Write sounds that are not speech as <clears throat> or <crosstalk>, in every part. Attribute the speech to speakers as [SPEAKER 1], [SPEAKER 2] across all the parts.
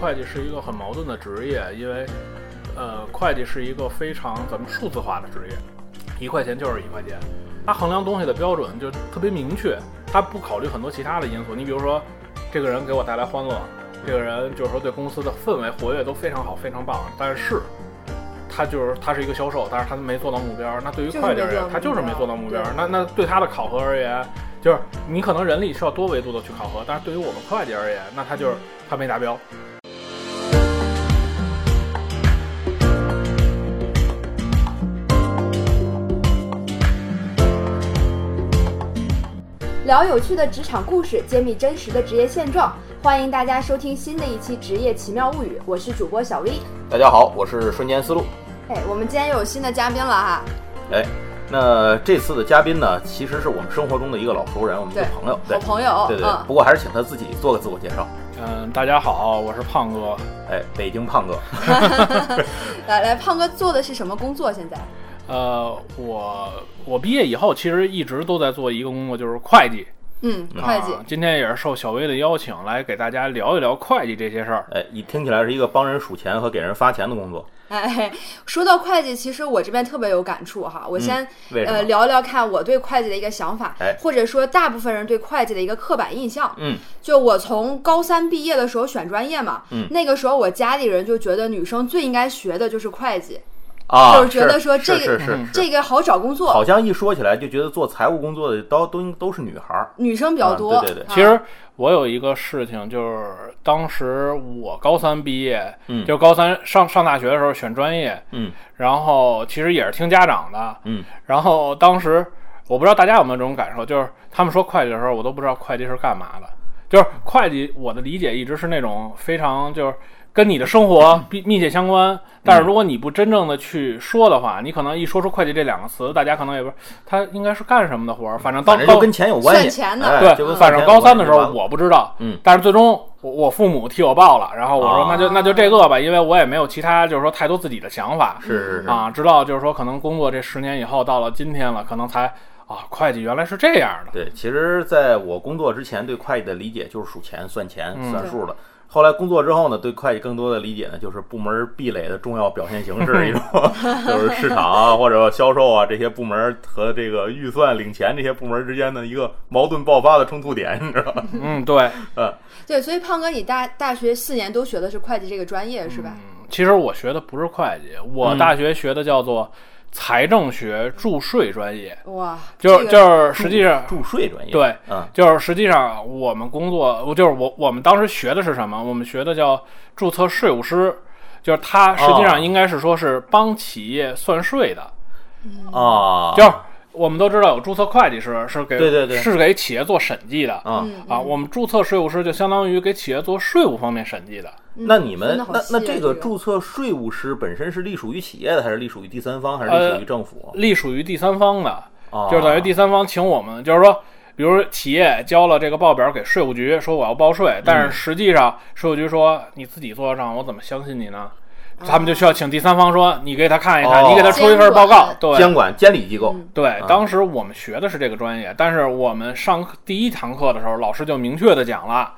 [SPEAKER 1] 会计是一个很矛盾的职业，因为呃，会计是一个非常咱们数字化的职业，一块钱就是一块钱，它衡量东西的标准就特别明确，它不考虑很多其他的因素。你比如说，这个人给我带来欢乐，这个人就是说对公司的氛围活跃都非常好，非常棒，但是。他就是他是一个销售，但是他没做到目标。那对于会计而言，他就是没做到目标。那那对他的考核而言，就是你可能人力是要多维度的去考核，但是对于我们会计而言，那他就是他没达标。
[SPEAKER 2] 聊有趣的职场故事，揭秘真实的职业现状。欢迎大家收听新的一期《职业奇妙物语》，我是主播小 V。
[SPEAKER 3] 大家好，我是瞬间思路。
[SPEAKER 2] 哎，我们今天又有新的嘉宾了哈。
[SPEAKER 3] 哎，那这次的嘉宾呢，其实是我们生活中的一个老熟人，我们一个
[SPEAKER 2] 对
[SPEAKER 3] 朋友，对
[SPEAKER 2] 好朋友，
[SPEAKER 3] 对对。
[SPEAKER 2] 嗯
[SPEAKER 3] 不过还是请他自己做个自我介绍。
[SPEAKER 1] 嗯，大家好，我是胖哥。
[SPEAKER 3] 哎，北京胖哥，
[SPEAKER 2] 嗯来来，胖哥做的是什么工作？现在
[SPEAKER 1] 呃，我我毕业以后其实一直都在做一个工作，就是会计。
[SPEAKER 2] 嗯，会计
[SPEAKER 1] 啊，今天也是受小薇的邀请，来给大家聊一聊会计这些事儿。
[SPEAKER 3] 哎，一听起来是一个帮人数钱和给人发钱的工作，
[SPEAKER 2] 哎，说到会计，其实我这边特别有感触哈。我先、
[SPEAKER 3] 为什
[SPEAKER 2] 呃
[SPEAKER 3] 么？
[SPEAKER 2] 聊聊看我对会计的一个想法，
[SPEAKER 3] 哎
[SPEAKER 2] 或者说大部分人对会计的一个刻板印象。
[SPEAKER 3] 嗯，
[SPEAKER 2] 就我从高三毕业的时候选专业嘛，
[SPEAKER 3] 嗯
[SPEAKER 2] 那个时候我家里人就觉得女生最应该学的就是会计，
[SPEAKER 3] 啊，
[SPEAKER 2] 就是觉得说这个
[SPEAKER 3] 是是是
[SPEAKER 1] 嗯
[SPEAKER 3] <laughs> 是
[SPEAKER 2] 这个好找工作，
[SPEAKER 3] 好像一说起来就觉得做财务工作的都都都是女孩儿。
[SPEAKER 2] 女生比较
[SPEAKER 3] 啊
[SPEAKER 2] 多。
[SPEAKER 3] 对对对
[SPEAKER 2] 啊
[SPEAKER 1] 其实我有一个事情，就是当时我高三毕业，
[SPEAKER 3] 嗯
[SPEAKER 1] 就高三上上大学的时候选专业，
[SPEAKER 3] 嗯
[SPEAKER 1] 然后其实也是听家长的，
[SPEAKER 3] 嗯，
[SPEAKER 1] 然后当时我不知道大家有没有这种感受，就是他们说会计的时候，我都不知道会计是干嘛的。就是会计，我的理解一直是那种非常就是跟你的生
[SPEAKER 3] <laughs>
[SPEAKER 1] 活密密切相关，但是如果你不真正的去说的话，你可能一说出会计这两个词，大家可能也不是他应该是干什么的活儿，反正到
[SPEAKER 3] 反正
[SPEAKER 1] 到
[SPEAKER 3] 就跟钱有关系，
[SPEAKER 2] 算钱的
[SPEAKER 3] 哎就
[SPEAKER 1] 对，
[SPEAKER 3] 跟
[SPEAKER 1] 反正
[SPEAKER 3] 算钱有
[SPEAKER 1] 高三
[SPEAKER 3] 关系
[SPEAKER 1] 的时
[SPEAKER 3] 就完
[SPEAKER 1] 候
[SPEAKER 3] 了
[SPEAKER 1] 我不知道，
[SPEAKER 3] 嗯
[SPEAKER 1] 但是最终我我父母替我报了，然后我说
[SPEAKER 3] 啊
[SPEAKER 1] 那就那就这个吧，因为我也没有其他就是说太多自己的想法
[SPEAKER 3] 是是是
[SPEAKER 1] 啊，直到就是说可能工作这十年以后，到了今天了，可能才啊，会计原来是这样的，
[SPEAKER 3] 对，其实在我工作之前，对会计的理解就是数钱、算钱、
[SPEAKER 1] 嗯
[SPEAKER 3] 算数的。后来工作之后呢，对会计更多的理解呢，就是部门壁垒的重要表现形
[SPEAKER 1] <laughs>
[SPEAKER 3] 式，一种就是市场啊或者销售啊这些部门和这个预算、领钱这些部门之间的一个矛盾爆发的冲突点，你知道吧？
[SPEAKER 1] 嗯，对，
[SPEAKER 2] 对，所以胖哥，你大大学四年都学的是会计这个专业是吧？
[SPEAKER 1] 其实我学的不是会计，我
[SPEAKER 3] 嗯
[SPEAKER 1] 大学学的叫做财政学注税专业，
[SPEAKER 3] 嗯
[SPEAKER 2] 哇，
[SPEAKER 1] 就是
[SPEAKER 2] 这个
[SPEAKER 1] 就是实际上
[SPEAKER 3] 注税专业，
[SPEAKER 1] 对，
[SPEAKER 3] 嗯，
[SPEAKER 1] 就是实际上我们工作，我就是我我们当时学的是什么？我们学的叫注册税务师，就是他实际
[SPEAKER 3] 哦
[SPEAKER 1] 上应该是说是帮企业算税的，
[SPEAKER 3] 啊，
[SPEAKER 1] 就是我们都知道有注册会计师是给
[SPEAKER 3] 对对对
[SPEAKER 1] 是给企业做审计的。
[SPEAKER 3] 啊，
[SPEAKER 2] 嗯
[SPEAKER 1] 啊，我们注册税务师就相当于给企业做税务方面审计的，
[SPEAKER 3] 那你
[SPEAKER 2] 嗯
[SPEAKER 3] 们
[SPEAKER 2] 分得好
[SPEAKER 3] 那
[SPEAKER 2] 细
[SPEAKER 3] 那
[SPEAKER 2] 啊
[SPEAKER 3] 这
[SPEAKER 2] 这个
[SPEAKER 3] 个注册税务师本身是隶属于企业的，还是隶属于第三方，还是隶属于政府？
[SPEAKER 1] 隶属于第三方的，
[SPEAKER 3] 啊，
[SPEAKER 1] 呃就是等于第三方请我们，就是说，比如企业交了这个报表给税务局，说我要报
[SPEAKER 3] 嗯
[SPEAKER 1] 税，但是实际上税务局说你自己做账，我怎么相信你呢？他们就需要请第三方说你给他看一看，
[SPEAKER 3] 哦
[SPEAKER 1] 你给他出一份报告。对
[SPEAKER 3] 监管监理机构。
[SPEAKER 2] 嗯
[SPEAKER 1] 对
[SPEAKER 3] 啊，
[SPEAKER 1] 当时我们学的是这个专业，但是我们上课第一堂课的时候，老师就明确的讲了，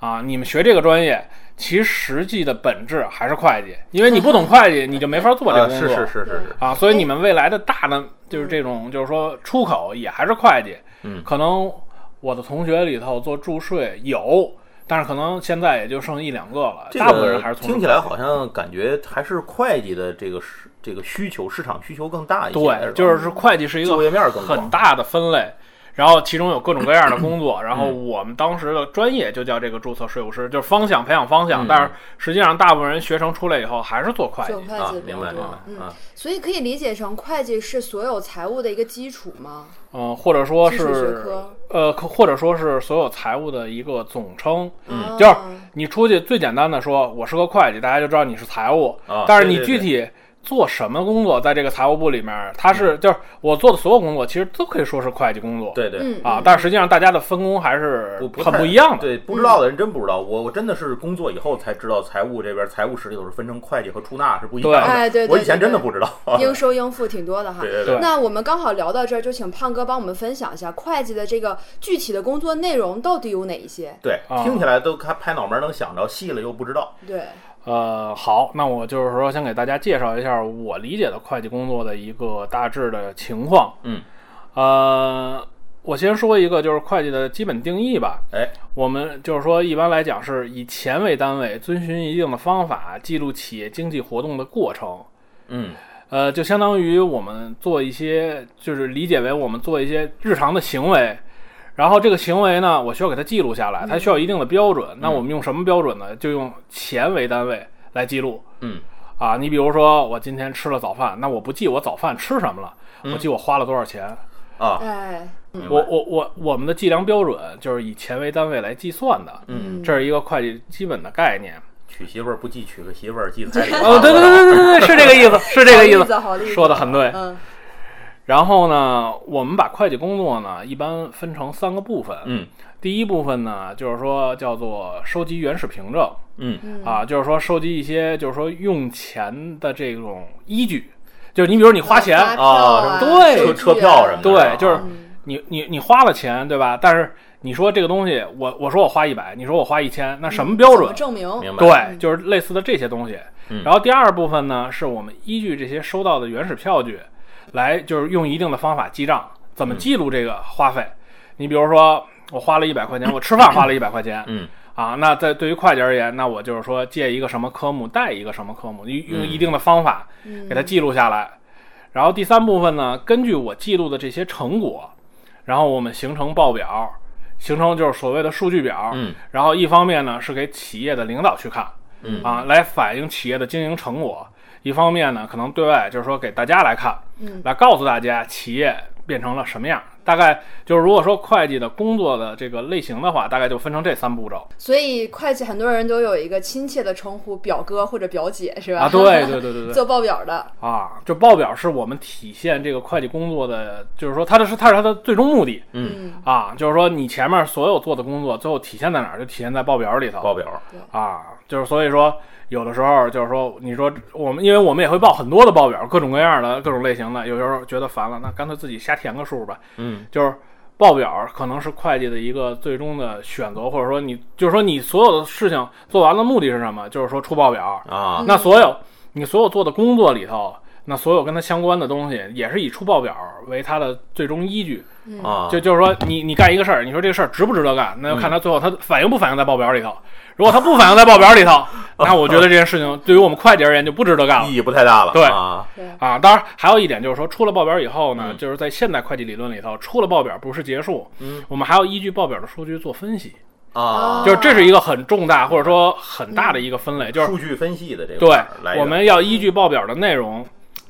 [SPEAKER 1] 啊，你们学这个专业。其实际的本质还是会计，因为你不懂会计，你就没法做这
[SPEAKER 3] 啊，
[SPEAKER 1] 个工
[SPEAKER 3] 是
[SPEAKER 1] 作。
[SPEAKER 3] 是是是是，
[SPEAKER 1] 啊，所以你们未来的大的就是这种，就是说出口也还是会计，
[SPEAKER 3] 嗯
[SPEAKER 1] 可能我的同学里头做注税有，但是可能现在也就剩一两个了，
[SPEAKER 3] 这
[SPEAKER 1] 大部分人还
[SPEAKER 3] 个
[SPEAKER 1] 是从
[SPEAKER 3] 听起来好像感觉还是会计的这个市这个需求市场需求更大一些，
[SPEAKER 1] 对，
[SPEAKER 3] 吧
[SPEAKER 1] 就是是会计是一
[SPEAKER 3] 就
[SPEAKER 1] 个
[SPEAKER 3] 业面更
[SPEAKER 1] 很
[SPEAKER 3] 广。
[SPEAKER 1] 大的分类。然后其中有各种各样的工作，然后
[SPEAKER 3] 嗯
[SPEAKER 1] 我们当时的专业就叫这个注册税务师，就是方向培养方向，
[SPEAKER 3] 嗯
[SPEAKER 1] 但是实际上大部分人学成出来以后还是做会
[SPEAKER 2] 做
[SPEAKER 1] 计，
[SPEAKER 2] 会
[SPEAKER 3] 啊
[SPEAKER 2] 计，比较
[SPEAKER 3] 明白明
[SPEAKER 2] 多，
[SPEAKER 3] 白
[SPEAKER 2] 嗯
[SPEAKER 3] 啊，，
[SPEAKER 2] 所以可以理解成会计是所有财务的一个基础
[SPEAKER 3] <laughs>
[SPEAKER 2] 吗？
[SPEAKER 1] 嗯、或者说
[SPEAKER 2] 技术学
[SPEAKER 1] 是
[SPEAKER 2] 科
[SPEAKER 1] 呃，可或者说是所有财务的一个总称，
[SPEAKER 2] 嗯
[SPEAKER 1] 就是你出去最简单的说，我是个会计，大家就知道你是财务。
[SPEAKER 3] 啊
[SPEAKER 1] 但是你
[SPEAKER 3] 对
[SPEAKER 1] 具
[SPEAKER 3] 对对
[SPEAKER 1] 体做什么工作，在这个财务部里面，他是就是我做的所有工作，其实都可以说是会计工作。
[SPEAKER 3] 嗯对对，
[SPEAKER 2] 嗯
[SPEAKER 1] 啊
[SPEAKER 2] 嗯，
[SPEAKER 1] 但实际上大家的分工还是
[SPEAKER 3] 不不
[SPEAKER 1] 很
[SPEAKER 3] 太
[SPEAKER 1] 不一样的。
[SPEAKER 3] 对，不知道的人真不知道。我我真的是工作以后才知道，财务这边财务室里头是分成会计和出纳是不一样的。
[SPEAKER 1] 对
[SPEAKER 2] 哎对对
[SPEAKER 3] 我以前真的不知道。
[SPEAKER 2] 应收应付挺多的哈。
[SPEAKER 3] 哦对对
[SPEAKER 1] 对
[SPEAKER 2] 那我们刚好聊到这儿，就请胖哥帮我们分享一下会计的这个具体的工作内容到底有哪一些？
[SPEAKER 3] 对
[SPEAKER 1] 啊
[SPEAKER 3] 听起来都开拍脑门能想着，细了又不知道。
[SPEAKER 2] 对，
[SPEAKER 1] 呃，好，那我就是说，先给大家介绍一下我理解的会计工作的一个大致的情况。
[SPEAKER 3] 嗯，
[SPEAKER 1] 呃，我先说一个就是会计的基本定义吧。
[SPEAKER 3] 哎，
[SPEAKER 1] 我们就是说，一般来讲是以钱为单位，遵循一定的方法记录企业经济活动的过程。
[SPEAKER 3] 嗯，
[SPEAKER 1] 呃，就相当于我们做一些，就是理解为我们做一些日常的行为，然后这个行为呢，我需要给它记录下来，它需要一定的标准。那我们用什么标准呢？就用钱为单位来记录。
[SPEAKER 3] 嗯，
[SPEAKER 1] 啊，你比如说我今天吃了早饭，那我不记我早饭吃什么了，我记我花了多少钱。
[SPEAKER 3] 啊，
[SPEAKER 2] 哎，
[SPEAKER 3] 明白
[SPEAKER 1] 我我我我们的计量标准就是以钱为单位来计算的，
[SPEAKER 2] 嗯，
[SPEAKER 1] 这是一个会计基本的概念。
[SPEAKER 3] 娶媳妇儿不记娶个媳妇儿记彩礼。
[SPEAKER 1] 哦，对对对对对对，是这个
[SPEAKER 2] <laughs>
[SPEAKER 1] 意思，是这个意
[SPEAKER 2] 嗯好例
[SPEAKER 1] 思，
[SPEAKER 2] 子，好例子，
[SPEAKER 1] 说的很对。
[SPEAKER 2] 嗯
[SPEAKER 1] 然后呢，我们把会计工作呢一般分成三个部分。
[SPEAKER 3] 嗯
[SPEAKER 1] 第一部分呢，就是说叫做收集原始凭证、
[SPEAKER 3] 嗯
[SPEAKER 2] 嗯
[SPEAKER 1] 啊，就是说收集一些就是说用钱的这种依据，就是你比如你花钱，
[SPEAKER 2] 发票
[SPEAKER 3] 啊
[SPEAKER 1] 对
[SPEAKER 2] 收据啊
[SPEAKER 3] 车车票什么的
[SPEAKER 1] 对，就是
[SPEAKER 2] 嗯
[SPEAKER 1] 你你你花了钱对吧？但是你说这个东西，我我说我花一百，你说我花一千，那什么标
[SPEAKER 2] 嗯怎
[SPEAKER 1] 准？
[SPEAKER 2] 证明？
[SPEAKER 3] 明白。
[SPEAKER 1] 对，就是类似的这些东西。
[SPEAKER 3] 嗯
[SPEAKER 1] 然后第二部分呢，是我们依据这些收到的原始票据，来就是用一定的方法记账，怎么记录这个花费。你比如说，我花了一百块钱，我吃饭花了一百块钱，
[SPEAKER 3] 嗯
[SPEAKER 1] 啊，那在对于会计而言，那我就是说借一个什么科目，贷一个什么科目，用用一定的方法给它记录下来。然后第三部分呢，根据我记录的这些成果，然后我们形成报表，形成就是所谓的数据表。
[SPEAKER 3] 嗯
[SPEAKER 1] 然后一方面呢是给企业的领导去看，
[SPEAKER 3] 嗯
[SPEAKER 1] 啊，来反映企业的经营成果；一方面呢，可能对外就是说给大家来看，
[SPEAKER 2] 嗯
[SPEAKER 1] 来告诉大家企业变成了什么样。大概就是如果说会计的工作的这个类型的话，大概就分成这三步骤
[SPEAKER 2] 所以会计很多人都有一个亲切的称呼，表哥或者表姐是吧？
[SPEAKER 1] 啊。对对对对对
[SPEAKER 2] <laughs> 做报表的，
[SPEAKER 1] 啊，就报表是我们体现这个会计工作的，就是说它的是它是它的最终目的
[SPEAKER 3] 嗯，
[SPEAKER 2] 嗯，
[SPEAKER 1] 啊，就是说你前面所有做的工作，最后体现在哪儿，就体现在报表里头。
[SPEAKER 3] 报表。
[SPEAKER 1] 啊，就是所以说，有的时候就是说，你说我们，因为我们也会报很多的报表，各种各样的、各种类型的，有时候觉得烦了，那干脆自己瞎填个数吧。
[SPEAKER 3] 嗯
[SPEAKER 1] 就是报表可能是会计的一个最终的选择，或者说你就是说你所有的事情做完了目的是什么？就是说出报表。
[SPEAKER 3] 啊，
[SPEAKER 1] 那所有你所有做的工作里头。那所有跟它相关的东西，也是以出报表为它的最终依据。嗯
[SPEAKER 3] 啊，
[SPEAKER 1] 就就是说你，你干一个事儿，你说这个事儿值不值得干，那就看
[SPEAKER 3] 嗯
[SPEAKER 1] 他最后他反应不反应在报表里头。如果他不反应在报表里头，
[SPEAKER 3] <laughs>
[SPEAKER 1] 那我觉得这件事情对于我们会计而言就不值得干了
[SPEAKER 3] 意义不太大了。
[SPEAKER 1] 对
[SPEAKER 3] 啊，
[SPEAKER 2] 对，
[SPEAKER 1] 啊。当然，还有一点就是说，出了报表以后呢，
[SPEAKER 3] 嗯
[SPEAKER 1] 就是在现代会计理论里头，出了报表不是结束，
[SPEAKER 3] 嗯
[SPEAKER 1] 我们还要依据报表的数据做分析，
[SPEAKER 2] 哦
[SPEAKER 3] 啊，
[SPEAKER 1] 就是这是一个很重大或者说很大的一个分类，就是
[SPEAKER 3] 数据分析的这个
[SPEAKER 1] 对
[SPEAKER 3] 来，源
[SPEAKER 1] 我们要依据报表的内容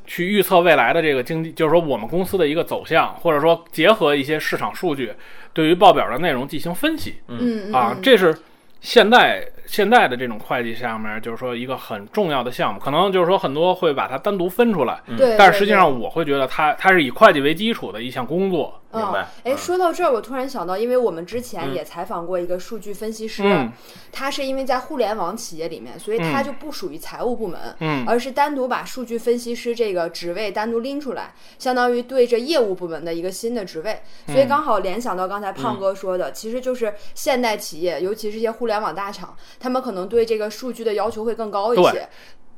[SPEAKER 1] 去预测未来的这个经济，就是说我们公司的一个走向，或者说结合一些市场数据，对于报表的内容进行分析
[SPEAKER 2] 嗯
[SPEAKER 1] 啊，这是现代现代的这种会计下面就是说一个很重要的项目，可能就是说很多会把它单独分出来，
[SPEAKER 2] 嗯对，
[SPEAKER 1] 但是实际
[SPEAKER 2] 对对
[SPEAKER 1] 上我会觉得它它是以会计为基础的一项工作，
[SPEAKER 3] 明白
[SPEAKER 2] 哎、
[SPEAKER 3] 嗯
[SPEAKER 2] 说到这儿，我突然想到，因为我们之前也采访过一个数据分析师，
[SPEAKER 1] 嗯
[SPEAKER 2] 他是因为在互联网企业里面，所以他就不属于财务部门，
[SPEAKER 1] 嗯
[SPEAKER 2] 而是单独把数据分析师这个职位单独拎出来，相当于对着业务部门的一个新的职位。所以
[SPEAKER 1] 嗯
[SPEAKER 2] 刚好联想到刚才胖哥说的，其实就是现代企业，尤其是一些互联网大厂，他们可能对这个数据的要求会更高一些。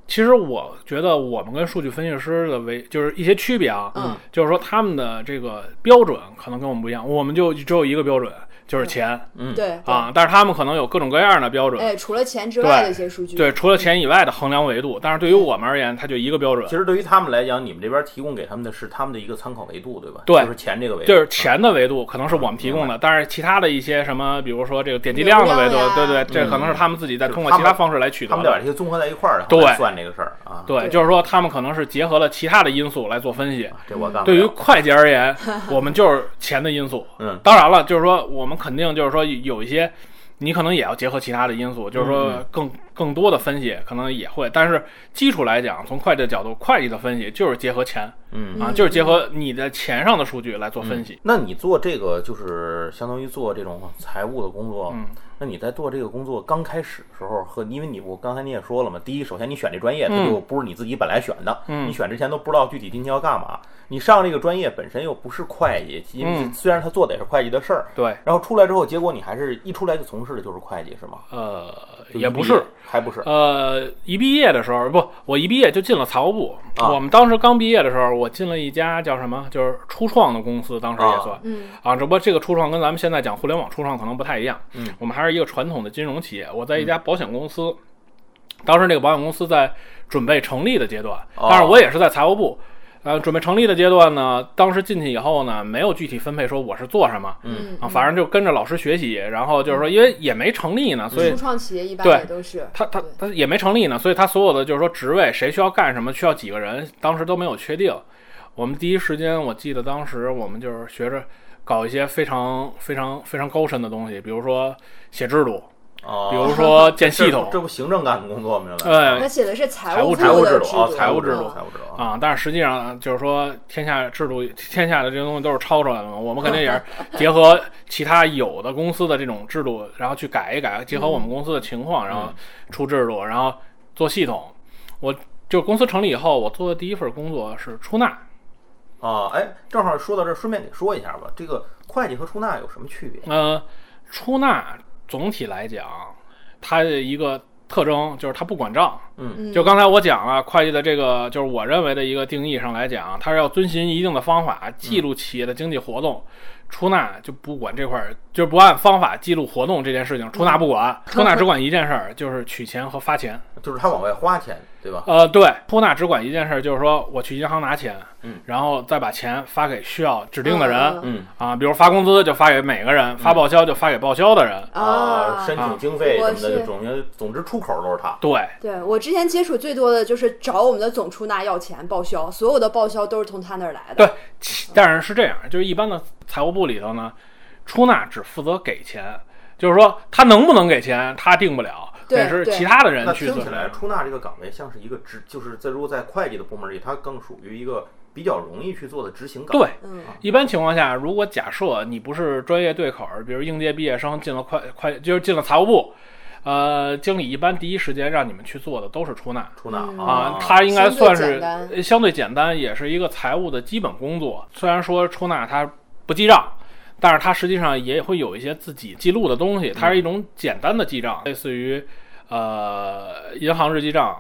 [SPEAKER 1] 其实我觉得我们跟数据分析师的为就是一些区别啊，
[SPEAKER 2] 嗯，
[SPEAKER 1] 就是说他们的这个标准可能跟我们不一样，我们就只有一个标准，就是钱、
[SPEAKER 3] 嗯
[SPEAKER 2] 对，
[SPEAKER 1] 啊，但是他们可能有各种各样的标
[SPEAKER 2] 对
[SPEAKER 1] 准，
[SPEAKER 2] 哎，除了钱之外的
[SPEAKER 1] 对
[SPEAKER 2] 一些数据，
[SPEAKER 1] 对，除了钱以外的衡量维度，但是对于我们而言，它就一个标准
[SPEAKER 3] 其，实对于他们来讲，你们这边提供给他们的是他们的一个参考维度，对吧？
[SPEAKER 1] 对
[SPEAKER 3] 就是钱这个维度，
[SPEAKER 1] 就是钱的维度可能是我们提供的，但是其他的一些什么，比如说这个点击量的维度
[SPEAKER 2] 流量呀，
[SPEAKER 1] 对对，这
[SPEAKER 3] 嗯
[SPEAKER 1] 可能是他们自己在
[SPEAKER 3] 就是
[SPEAKER 1] 通过
[SPEAKER 3] 他
[SPEAKER 1] 其他
[SPEAKER 3] 们
[SPEAKER 1] 方式来取
[SPEAKER 3] 他
[SPEAKER 1] 得
[SPEAKER 3] 们得把
[SPEAKER 1] 的
[SPEAKER 3] 这。些综合在一块儿，然后
[SPEAKER 1] 对
[SPEAKER 3] 来算这个事儿啊。
[SPEAKER 1] 对，
[SPEAKER 2] 对
[SPEAKER 1] 就是说他们可能是结合了其他的因素来做分析。
[SPEAKER 3] 啊这我干不
[SPEAKER 1] 对于
[SPEAKER 3] 了。
[SPEAKER 1] 会计而言，我们就是钱的因素。
[SPEAKER 3] 嗯
[SPEAKER 1] 当然了，就是说我们肯定就是说有一些你可能也要结合其他的因素，就是说
[SPEAKER 3] 嗯
[SPEAKER 1] 更更多的分析可能也会，但是基础来讲，从会计的角度，会计的分析就是结合钱
[SPEAKER 3] 嗯。
[SPEAKER 1] 啊，就是结合你的钱上的数据来做分析。
[SPEAKER 3] 那你做这个就是相当于做这种财务的工作，
[SPEAKER 1] 嗯
[SPEAKER 3] 那你在做这个工作刚开始的时候和因为你我刚才你也说了嘛，第一，首先你选这专业，它
[SPEAKER 1] 嗯
[SPEAKER 3] 就不是你自己本来选的，
[SPEAKER 1] 嗯
[SPEAKER 3] 你选之前都不知道具体今天要干嘛。你上这个专业本身又不是会计，因为
[SPEAKER 1] 嗯
[SPEAKER 3] 虽然他做的也是会计的事儿，
[SPEAKER 1] 对，
[SPEAKER 3] 然后出来之后，结果你还是一出来就从事的就是会计是吗？
[SPEAKER 1] 呃，
[SPEAKER 3] 就
[SPEAKER 1] 也
[SPEAKER 3] 一
[SPEAKER 1] 不
[SPEAKER 3] 毕业
[SPEAKER 1] 是，
[SPEAKER 3] 还不是，
[SPEAKER 1] 呃，一毕业的时候不，我一毕业就进了财务部。
[SPEAKER 3] 啊
[SPEAKER 1] 我们当时刚毕业的时候，我进了一家叫什么，就是初创的公司，当时也算
[SPEAKER 3] 啊
[SPEAKER 2] 嗯
[SPEAKER 1] 啊只不过这个初创跟咱们现在讲互联网初创可能不太一样。
[SPEAKER 3] 嗯，
[SPEAKER 1] 我们还是一个传统的金融企业。我在一家保险公司，当时那个保险公司在准备成立的阶段，
[SPEAKER 3] 哦
[SPEAKER 1] 但是我也是在财务部。呃，准备成立的阶段呢，当时进去以后呢，没有具体分配说我是做什么
[SPEAKER 3] 嗯
[SPEAKER 1] 啊，反正就跟着老师学习，然后就是说，因为也没成立呢，所以
[SPEAKER 2] 初创企业一般
[SPEAKER 1] 对
[SPEAKER 2] 也都是
[SPEAKER 1] 他他
[SPEAKER 2] 对
[SPEAKER 1] 他也没成立呢，所以他所有的就是说职位谁需要干什么，需要几个人，当时都没有确定。我们第一时间，我记得当时我们就是学着搞一些非常非常非常高深的东西，比如说写制度，
[SPEAKER 3] 哦，
[SPEAKER 1] 比如说建
[SPEAKER 3] 这
[SPEAKER 1] 系
[SPEAKER 3] 不
[SPEAKER 1] 统，
[SPEAKER 3] 这不行政干的工作，明白？
[SPEAKER 1] 呃
[SPEAKER 2] 他写的是财
[SPEAKER 1] 务
[SPEAKER 2] 务
[SPEAKER 1] 制度
[SPEAKER 3] 财务
[SPEAKER 2] 的
[SPEAKER 3] 制度啊，财务制度，
[SPEAKER 2] 嗯
[SPEAKER 3] 财务制度啊，
[SPEAKER 1] 啊，但是实际上就是说，天下制度，天下的这些东西都是抄出来的嘛。我们肯定也是结合其他有的公司的这种制度，然后去改一改，结合我们公司的情况，然后出制度，然后做系统。我就公司成立以后，我做的第一份工作是出纳。
[SPEAKER 3] 啊，哎，正好说到这儿，顺便给说一下吧，这个会计和出纳有什么区别？
[SPEAKER 1] 呃，出纳总体来讲，它的一个特征就是它不管账。
[SPEAKER 3] 嗯
[SPEAKER 2] 嗯
[SPEAKER 1] 就刚才我讲了，会计的这个就是我认为的一个定义上来讲，它是要遵循一定的方法记录企业的经济活动。出纳就不管这块儿，就不按方法记录活动这件事情，出纳不管，出纳只管一件事儿，就是取钱和发钱。
[SPEAKER 3] 就是他往外花钱，对吧？
[SPEAKER 1] 呃，对，出纳只管一件事儿，就是说我去银行拿钱，
[SPEAKER 3] 嗯
[SPEAKER 1] 然后再把钱发给需要指定的人、
[SPEAKER 2] 嗯
[SPEAKER 3] 嗯
[SPEAKER 1] 啊，比如发工资就发给每个人，发报销就发给报销的人。
[SPEAKER 2] 啊，
[SPEAKER 3] 申请经费什么
[SPEAKER 2] 我
[SPEAKER 3] 的，
[SPEAKER 2] 是
[SPEAKER 3] 就总之总之出口都是他。
[SPEAKER 1] 对，
[SPEAKER 2] 对我之前接触最多的就是找我们的总出纳要钱报销，所有的报销都是从他那儿来的。
[SPEAKER 1] 对，其但是是这样，就是一般的财务部里头呢，出纳只负责给钱，就是说他能不能给钱，他定不了，
[SPEAKER 2] 对
[SPEAKER 1] 得是
[SPEAKER 2] 对
[SPEAKER 1] 其他的人
[SPEAKER 3] 那
[SPEAKER 1] 去
[SPEAKER 3] 听
[SPEAKER 1] 做
[SPEAKER 3] 起来，出纳这个岗位像是一个执，就是在如果在会计的部门里，它更属于一个比较容易去做的执行岗。
[SPEAKER 1] 对，
[SPEAKER 2] 嗯
[SPEAKER 1] 一般情况下，如果假设你不是专业对口儿，比如应届毕业生进了会会，就是进了财务部，呃，经理一般第一时间让你们去做的都是出纳。
[SPEAKER 3] 出纳
[SPEAKER 2] 嗯
[SPEAKER 1] 啊，
[SPEAKER 3] 啊，
[SPEAKER 1] 它应该算
[SPEAKER 2] 相
[SPEAKER 1] 是
[SPEAKER 2] 对简单
[SPEAKER 1] 呃相对简单，也是一个财务的基本工作。虽然说出纳它不记账，但是它实际上也会有一些自己记录的东西，它是一
[SPEAKER 2] 嗯
[SPEAKER 1] 种简单的记账，类似于呃银行日记账。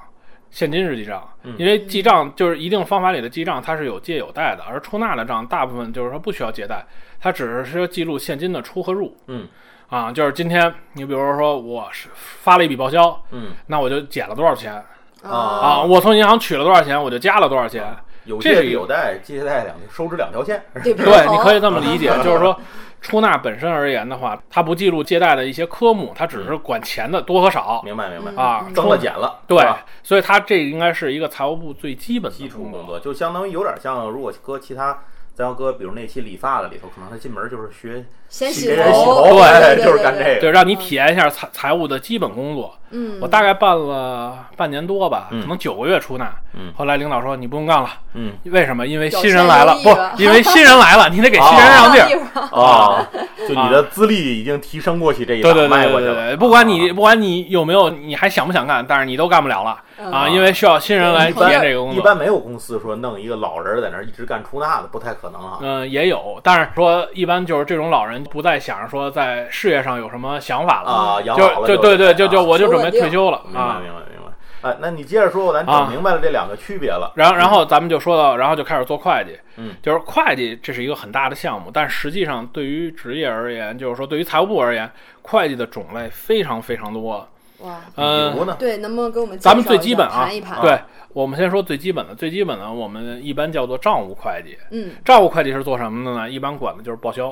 [SPEAKER 1] 现金日记账，
[SPEAKER 2] 嗯
[SPEAKER 1] 因为记账就是一定方法里的记账，它是有借有贷的，而出纳的账大部分就是说不需要借贷，它只是记录现金的出和入。
[SPEAKER 3] 嗯，
[SPEAKER 1] 啊，就是今天你比如说我是发了一笔报销，
[SPEAKER 3] 嗯
[SPEAKER 1] 那我就减了多少钱，
[SPEAKER 3] 啊
[SPEAKER 1] 啊，我从银行取了多少钱，我就加了多少钱。
[SPEAKER 3] 有
[SPEAKER 1] 这是
[SPEAKER 3] 借有贷，借贷两收支两条线。
[SPEAKER 2] 对平
[SPEAKER 1] 对，
[SPEAKER 2] 衡
[SPEAKER 1] 你可以这么理解，就是说，出纳本身而言的话，它不记录借贷的一些科目，它只是管钱的多和少
[SPEAKER 3] 明白明白，
[SPEAKER 1] 啊。
[SPEAKER 3] 增了减了，
[SPEAKER 1] 对
[SPEAKER 3] 嗯是吧，
[SPEAKER 1] 所以它这应该是一个财务部最基本的
[SPEAKER 3] 基础
[SPEAKER 1] 工
[SPEAKER 3] 工
[SPEAKER 1] 作。
[SPEAKER 3] 作，就相当于有点像，如果搁其他，咱要搁比如那期理发的里头，可能他进门就是学
[SPEAKER 2] 先
[SPEAKER 3] 洗
[SPEAKER 2] 洗
[SPEAKER 3] 人洗
[SPEAKER 2] 头，
[SPEAKER 3] 头，哎，
[SPEAKER 2] 对
[SPEAKER 3] <laughs> 就是干
[SPEAKER 2] 对。
[SPEAKER 3] 这个。
[SPEAKER 1] 对，让你体验一下财财务的基本工作。
[SPEAKER 2] 嗯，
[SPEAKER 1] 我大概办了半年多吧，
[SPEAKER 3] 嗯
[SPEAKER 1] 可能九个月出纳。
[SPEAKER 3] 嗯
[SPEAKER 1] 后来领导说你不用干了，
[SPEAKER 3] 嗯
[SPEAKER 2] <laughs>
[SPEAKER 1] 为什么？因为
[SPEAKER 2] 有
[SPEAKER 1] 新人
[SPEAKER 2] 钱
[SPEAKER 1] 来
[SPEAKER 2] 有
[SPEAKER 1] 了，
[SPEAKER 2] 意
[SPEAKER 1] 不
[SPEAKER 2] 了，
[SPEAKER 1] 因为新人来了，你得给新人让地儿。
[SPEAKER 3] 啊，就你的资历已经提升过去这一
[SPEAKER 1] 对对对
[SPEAKER 3] 档，迈
[SPEAKER 1] 对
[SPEAKER 3] 过去
[SPEAKER 1] 对
[SPEAKER 3] 了
[SPEAKER 1] 对，。不管你
[SPEAKER 3] 啊
[SPEAKER 1] 不管你有没有，你还想不想干，但是你都干不了了啊，
[SPEAKER 2] 嗯
[SPEAKER 1] 因为需要新人来
[SPEAKER 2] 一
[SPEAKER 1] 体
[SPEAKER 2] 般
[SPEAKER 1] 验这个工
[SPEAKER 3] 一
[SPEAKER 1] 作。
[SPEAKER 3] 般没有公司说弄一个老人在那儿一直干出纳的，不太可能啊。
[SPEAKER 1] 嗯，也有，但是说一般就是这种老人不再想着说在事业上有什么想法了，
[SPEAKER 3] 啊，养老
[SPEAKER 1] 嗯就
[SPEAKER 3] 了啊
[SPEAKER 1] 就对对，就就我就
[SPEAKER 2] 求
[SPEAKER 1] 准备
[SPEAKER 2] 稳
[SPEAKER 1] 退
[SPEAKER 2] 定
[SPEAKER 1] 休了
[SPEAKER 3] 明白
[SPEAKER 1] 啊。
[SPEAKER 3] 明白明白。哎，那你接着说，咱
[SPEAKER 1] 啊
[SPEAKER 3] 整明白了这两个区别了。
[SPEAKER 1] 然后，然后咱们就说到，然后就开始做会计。
[SPEAKER 3] 嗯，
[SPEAKER 1] 就是会计这是一个很大的项目，但实际上对于职业而言，就是说对于财务部而言，会计的种类非常非常多。
[SPEAKER 2] <laughs> 哇，
[SPEAKER 1] 嗯
[SPEAKER 3] 比，如呢？
[SPEAKER 2] 对，能不能给我们介
[SPEAKER 1] 咱们
[SPEAKER 2] 绍
[SPEAKER 1] 最
[SPEAKER 2] 一
[SPEAKER 1] 基
[SPEAKER 2] 下
[SPEAKER 1] 本啊
[SPEAKER 2] 盘一盘？
[SPEAKER 1] 对，我们先说最基本的，最基本的我们一般叫做账务会计。
[SPEAKER 2] 嗯，
[SPEAKER 1] 账务会计是做什么的呢？一般管的就是报销，